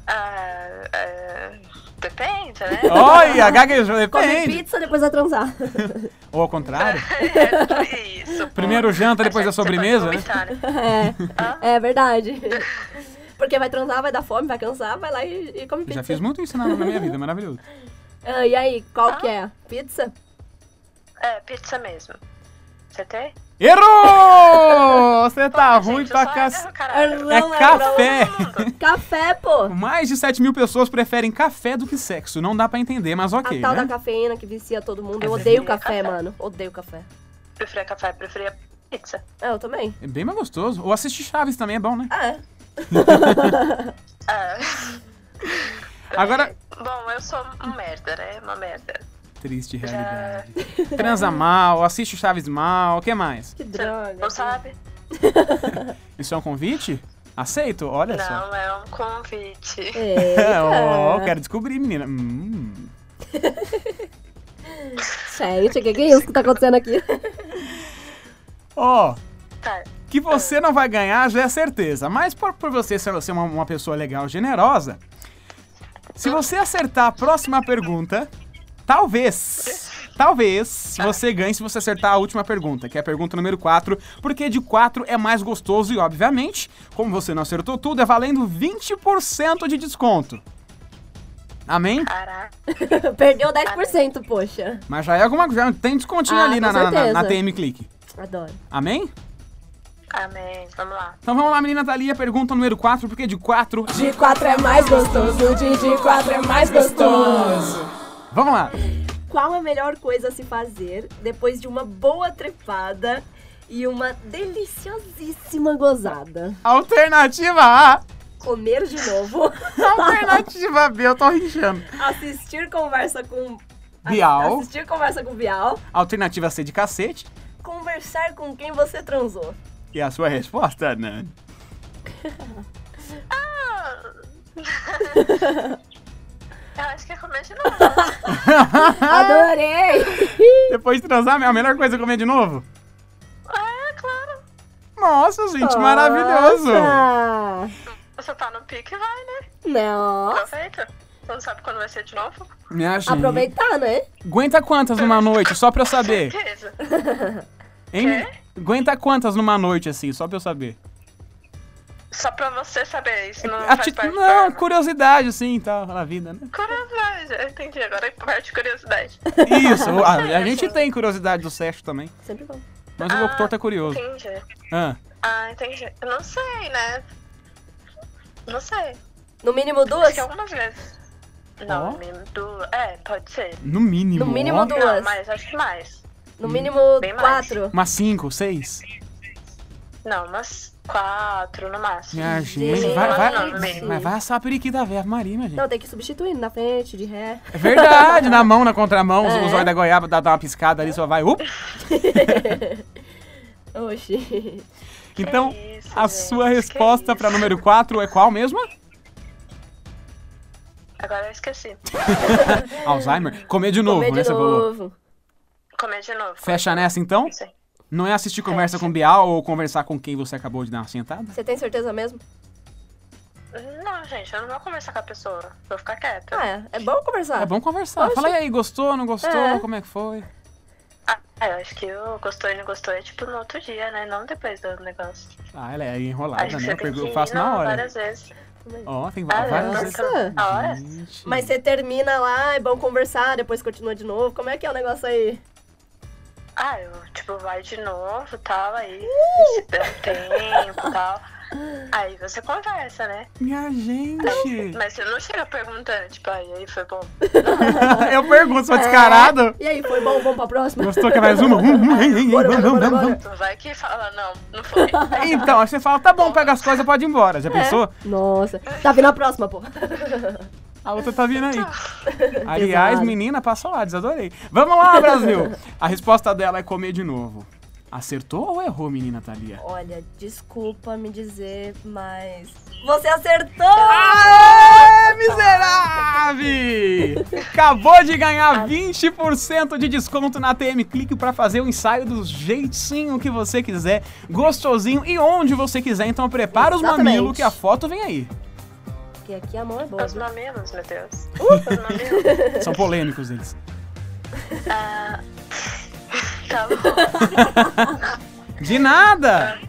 Speaker 8: Ah, é, Depende, né?
Speaker 2: Olha, gaguejou,
Speaker 1: Comer
Speaker 2: depende.
Speaker 1: pizza, depois vai transar.
Speaker 2: Ou ao contrário.
Speaker 8: É, Isso. pô.
Speaker 2: Primeiro janta, depois
Speaker 8: Achei
Speaker 2: a
Speaker 8: que você pode
Speaker 2: sobremesa, né?
Speaker 8: vomitar, né?
Speaker 1: É verdade. Porque vai transar, vai dar fome, vai cansar, vai lá e, e come
Speaker 2: Eu
Speaker 1: pizza.
Speaker 2: já fiz muito isso na, na minha vida, maravilhoso.
Speaker 1: Ah, e aí, qual que é? Pizza?
Speaker 8: É, pizza mesmo. Você tem?
Speaker 2: Errou! Você tá
Speaker 8: Pô,
Speaker 2: ruim
Speaker 8: gente, eu
Speaker 2: pra
Speaker 8: só né?
Speaker 2: cacete.
Speaker 8: erro, caralho.
Speaker 1: Errou.
Speaker 2: É
Speaker 1: Não, é
Speaker 2: café!
Speaker 1: Café, pô.
Speaker 2: Mais de 7 mil pessoas preferem café do que sexo. Não dá pra entender, mas ok,
Speaker 1: a tal
Speaker 2: né?
Speaker 1: da cafeína que vicia todo mundo. Eu
Speaker 8: Café.
Speaker 1: odeio café, mano. Odeio café.
Speaker 8: Preferia café, preferia pizza.
Speaker 1: É, eu também.
Speaker 2: É bem mais gostoso. Ou assistir Chaves também é bom, né?
Speaker 1: Ah, é.
Speaker 8: Ah.
Speaker 2: Agora-
Speaker 8: Bom, eu sou um merda, né? Uma merda.
Speaker 2: Triste realidade. Transa mal, assiste Chaves mal, o que mais?
Speaker 1: Que
Speaker 8: Você
Speaker 1: droga.
Speaker 8: Não sabe?
Speaker 2: Isso é um convite? Aceito? Olha só.
Speaker 8: Não, é um convite.
Speaker 1: Eita.
Speaker 2: Ó, quero descobrir, menina. Hum.
Speaker 1: Gente, que que é isso que tá acontecendo aqui?
Speaker 2: Ó,
Speaker 8: Tá.
Speaker 2: que você não vai ganhar já é certeza. Mas por, por você ser ser uma, uma pessoa legal, generosa, se você acertar a próxima pergunta, talvez, talvez você ganhe se você acertar a última pergunta, que é a pergunta número 4, porque de 4 é mais gostoso e, obviamente, como você não acertou tudo, é valendo 20% de desconto. Amém?
Speaker 8: Caraca.
Speaker 1: Perdeu 10%, poxa.
Speaker 2: Mas já é alguma coisa, já tem descontinho
Speaker 1: Ah,
Speaker 2: ali
Speaker 1: com
Speaker 2: na, na, na,
Speaker 1: certeza.
Speaker 2: na TM Click.
Speaker 1: Adoro.
Speaker 2: Amém?
Speaker 8: Amém. Vamos lá.
Speaker 2: Então vamos lá, menina Thalia, pergunta número 4, porque de 4
Speaker 1: De 4 é mais gostoso, de de 4 é mais gostoso.
Speaker 2: Vamos lá.
Speaker 1: Qual a melhor coisa a se fazer depois de uma boa trepada e uma deliciosíssima gozada?
Speaker 2: Alternativa A,
Speaker 1: Comer de novo,
Speaker 2: alternativa B, eu tô rinchando.
Speaker 1: assistir conversa com...
Speaker 2: Bial.
Speaker 1: Assistir conversa com Bial,
Speaker 2: Alternativa C de cacete.
Speaker 1: conversar com quem você transou.
Speaker 2: E a sua resposta, né? Nani?
Speaker 8: Ah. Eu acho que é comer de novo.
Speaker 1: Adorei!
Speaker 2: Depois de transar, a melhor coisa é comer de novo?
Speaker 8: ah, claro.
Speaker 2: Nossa, gente, maravilhoso.
Speaker 1: Nossa!
Speaker 8: Você tá no pique, vai, né?
Speaker 1: Não.
Speaker 8: Aproveita. Você não sabe quando vai ser de novo?
Speaker 2: Minha gente.
Speaker 1: Aproveitar, né?
Speaker 2: Aguenta quantas numa noite, só pra eu saber?
Speaker 8: Certeza.
Speaker 2: Hein? Aguenta quantas numa noite, assim, só pra eu saber?
Speaker 8: Só pra você saber isso. Não
Speaker 2: Ati-
Speaker 8: Ah, faz parte
Speaker 2: Não,
Speaker 8: do-
Speaker 2: curiosidade, assim, e tal, na vida, né?
Speaker 8: Curiosidade, eu entendi. Agora é parte de curiosidade.
Speaker 2: Isso, a, a gente tem curiosidade do sexo também,
Speaker 1: Sempre bom.
Speaker 2: mas o locutor tá curioso.
Speaker 8: Entendi.
Speaker 2: Ah,
Speaker 8: Ah, entendi. Eu não sei, né? Não sei.
Speaker 1: No mínimo
Speaker 8: Acho
Speaker 1: duas?
Speaker 8: que algumas vezes. Não,
Speaker 2: Ó.
Speaker 8: no mínimo duas. É, pode ser.
Speaker 2: no mínimo.
Speaker 1: No mínimo
Speaker 2: ó.
Speaker 1: do- Duas.
Speaker 8: Não, mas acho que mais.
Speaker 1: No mínimo
Speaker 8: Bem mais.
Speaker 1: quatro?
Speaker 2: Umas 5, 6.
Speaker 8: Não, umas quatro no máximo.
Speaker 2: Minha Ah, gente,
Speaker 1: Sim,
Speaker 2: vai,
Speaker 8: não,
Speaker 2: vai,
Speaker 8: no mínimo.
Speaker 2: mas vai assar a periquita da Verba Maria, minha gente.
Speaker 1: Não, tem que substituir na frente, de ré.
Speaker 2: É verdade, na mão, na contramão, os-
Speaker 1: É.
Speaker 2: os olhos da goiaba dá, dá uma piscada ali, só vai. up. É.
Speaker 1: Oxi.
Speaker 2: Então,
Speaker 8: isso,
Speaker 2: a
Speaker 8: gente,
Speaker 2: sua
Speaker 8: que
Speaker 2: resposta
Speaker 8: isso.
Speaker 2: pra número 4 é qual mesmo?
Speaker 8: Agora eu esqueci.
Speaker 2: Alzheimer? Comer de novo,
Speaker 1: Comer
Speaker 2: né?
Speaker 1: de
Speaker 2: Você falou.
Speaker 1: novo.
Speaker 8: Comer de novo.
Speaker 2: Fecha nessa então?
Speaker 8: Não sei.
Speaker 2: Não é assistir conversa com Bial ou conversar com quem você acabou de dar uma sentada?
Speaker 1: Você tem certeza mesmo?
Speaker 8: Não, gente, eu não vou conversar com a pessoa. Vou ficar quieta.
Speaker 1: Ah, é. É bom conversar.
Speaker 2: É bom conversar.
Speaker 1: Oxe.
Speaker 2: Fala "E aí, gostou, não gostou,
Speaker 1: É.
Speaker 2: como é que foi?
Speaker 8: Ah, eu acho que o gostou e não gostou é tipo no outro dia, né? Não depois do negócio.
Speaker 2: Ah, ela é
Speaker 8: acho
Speaker 2: enrolada,
Speaker 8: que
Speaker 2: né?
Speaker 8: você
Speaker 2: Eu,
Speaker 8: tem
Speaker 2: pergu-
Speaker 8: que
Speaker 2: eu
Speaker 8: ir
Speaker 2: faço
Speaker 8: não,
Speaker 2: na hora.
Speaker 8: várias vezes.
Speaker 2: Ó, tem
Speaker 8: Ah,
Speaker 2: va- várias
Speaker 8: não,
Speaker 2: vezes.
Speaker 1: Nossa.
Speaker 2: Uhum.
Speaker 8: A hora?
Speaker 2: Gente.
Speaker 1: Mas você termina lá, é bom conversar, depois continua de novo. Como é que é o negócio aí?
Speaker 8: Ah, eu, tipo, vai de novo e tal, aí se dá um tempo e tal. Aí você conversa, né?
Speaker 2: Minha gente.
Speaker 8: Mas você não chega perguntando, tipo, aí, aí foi bom.
Speaker 2: Eu pergunto, sou descarado.
Speaker 1: É. E aí, foi bom? Vamos pra próxima?
Speaker 2: Gostou? Quer mais uma? Hum, hum, hein, hein,
Speaker 1: Bora, bora, bora,
Speaker 2: hein, vamos, vamos,
Speaker 1: bora.
Speaker 2: vamos.
Speaker 8: Tu vai que fala, não, não foi.
Speaker 2: Então, aí você fala, tá bom, pega as coisas e pode ir embora. Já pensou?
Speaker 1: Nossa. Tá vindo a próxima, pô.
Speaker 2: A outra tá vindo aí. Aliás, menina, passa lá, adorei. Vamos lá, Brasil. A resposta dela é comer de novo. Acertou ou errou, menina Thalia?
Speaker 1: Olha, desculpa me dizer, mas. Você acertou!
Speaker 2: Ah! Aê, miserável! Acabou de ganhar 20% de desconto na TM Clique pra fazer o ensaio do jeitinho que você quiser, gostosinho e onde você quiser. Então prepara os
Speaker 1: Exatamente.
Speaker 2: mamilos que a foto vem aí.
Speaker 1: Porque aqui a mão é boa.
Speaker 8: Os
Speaker 1: viu?
Speaker 8: mamilos, meu Deus.
Speaker 2: Uh!
Speaker 8: Os mamilos.
Speaker 2: São polêmicos eles.
Speaker 8: Tá bom.
Speaker 2: De nada!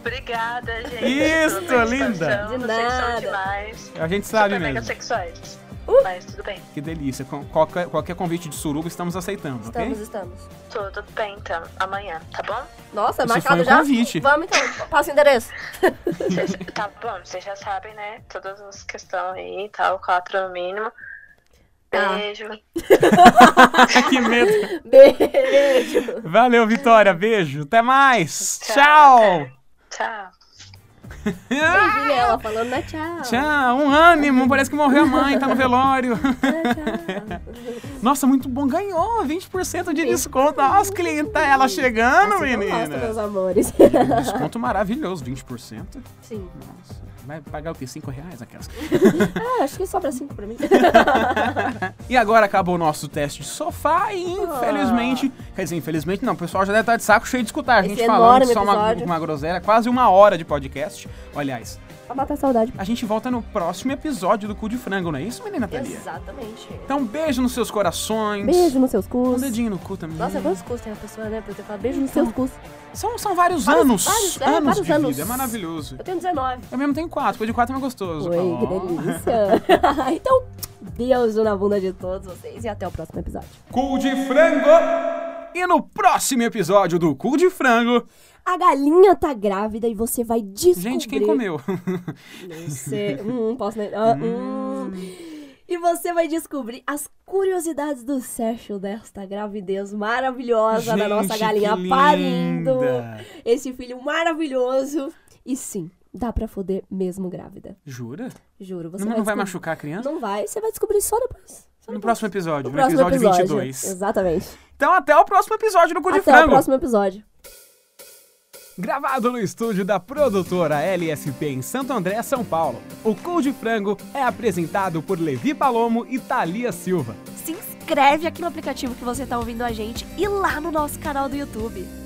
Speaker 8: Obrigada, gente.
Speaker 2: Isso,
Speaker 8: pela
Speaker 2: linda.
Speaker 8: participação.
Speaker 1: De
Speaker 8: Vocês
Speaker 1: nada.
Speaker 8: são demais.
Speaker 2: A gente sabe
Speaker 8: É. Super mega
Speaker 2: mesmo.
Speaker 8: sexuais. Mas tudo bem.
Speaker 2: Que delícia. Co- Qualquer, qualquer convite de suruba estamos aceitando,
Speaker 1: Estamos,
Speaker 2: ok?
Speaker 1: estamos.
Speaker 8: Tudo bem, então. Amanhã, tá bom?
Speaker 1: Nossa,
Speaker 2: Isso
Speaker 1: marcado
Speaker 2: foi um
Speaker 1: já?
Speaker 2: convite.
Speaker 1: Vamos então, passa o endereço.
Speaker 8: Cês, tá bom, vocês já sabem, né? Todas as questões aí e tal, quatro no mínimo.
Speaker 1: Tá.
Speaker 8: Beijo.
Speaker 2: que medo.
Speaker 1: Beijo.
Speaker 2: Valeu, Vitória. Beijo. Até mais. Tchau.
Speaker 8: Tchau, Tchau.
Speaker 1: Beijinho ela falando, né? Tchau.
Speaker 2: Tchau. Um ânimo. Parece que morreu a mãe. Tá no velório. Nossa, muito bom. Ganhou 20% de desconto. Olha os clientes. Ela chegando,
Speaker 1: Nossa, Assim eu não gosto, meus
Speaker 2: menina.
Speaker 1: amores.
Speaker 2: Desconto maravilhoso. 20%.
Speaker 1: Sim.
Speaker 2: Nossa. Vai pagar o quê? 5 reais aquelas?
Speaker 1: Ah, acho que sobra cinco pra mim.
Speaker 2: E agora acabou o nosso teste de sofá e
Speaker 1: Ah.
Speaker 2: infelizmente, quer dizer, infelizmente não, o pessoal já deve estar de saco cheio de escutar a
Speaker 1: Esse é
Speaker 2: gente falando
Speaker 1: enorme
Speaker 2: só uma,
Speaker 1: episódio.
Speaker 2: uma groselha, quase uma hora de podcast. Aliás,
Speaker 1: pra matar a saudade.
Speaker 2: a gente volta no próximo episódio do Cu de Frango, não é isso, menina Thalia?
Speaker 1: Exatamente.
Speaker 2: Então beijo nos seus corações.
Speaker 1: Beijo nos seus
Speaker 2: Um
Speaker 1: cus.
Speaker 2: dedinho no cu também.
Speaker 1: Nossa, quantos cus tem a pessoa, né? Pra você falar beijo nos seus cus.
Speaker 2: são, são vários,
Speaker 1: Vários-
Speaker 2: anos.
Speaker 1: vários- é,
Speaker 2: anos
Speaker 1: vários
Speaker 2: de
Speaker 1: anos.
Speaker 2: vida. É maravilhoso.
Speaker 1: Eu tenho 19.
Speaker 2: Eu mesmo tenho quatro, foi de quatro é mais gostoso.
Speaker 1: Oi, que
Speaker 2: Oh.
Speaker 1: delícia. então, beijo na bunda de todos vocês e até o próximo episódio.
Speaker 2: Cu de frango! E no próximo episódio do Cu de Frango.
Speaker 1: A galinha tá grávida e você vai descobrir.
Speaker 2: Gente, quem comeu?
Speaker 1: Você... Hum, posso... ler? Ah, hum. E você vai descobrir as curiosidades do sexo desta gravidez maravilhosa da nossa
Speaker 2: Gente,
Speaker 1: galinha
Speaker 2: que
Speaker 1: parindo.
Speaker 2: linda.
Speaker 1: Esse filho maravilhoso. E sim, dá pra foder mesmo grávida.
Speaker 2: Jura?
Speaker 1: Juro, você
Speaker 2: Não,
Speaker 1: vai
Speaker 2: não vai
Speaker 1: descobrir-
Speaker 2: machucar a criança?
Speaker 1: Não vai, você vai descobrir só depois. Só
Speaker 2: No
Speaker 1: depois.
Speaker 2: próximo episódio,
Speaker 1: No
Speaker 2: no,
Speaker 1: próximo
Speaker 2: episódio,
Speaker 1: episódio.
Speaker 2: 22.
Speaker 1: Exatamente.
Speaker 2: Então até o próximo episódio do Cu de
Speaker 1: Até
Speaker 2: Frango.
Speaker 1: o próximo episódio.
Speaker 2: Gravado no estúdio da produtora LSP em Santo André, São Paulo. O Cu de Frango é apresentado por Levi Palomo e Thalia Silva.
Speaker 9: Se inscreve aqui no aplicativo que você tá ouvindo a gente e lá no nosso canal do YouTube.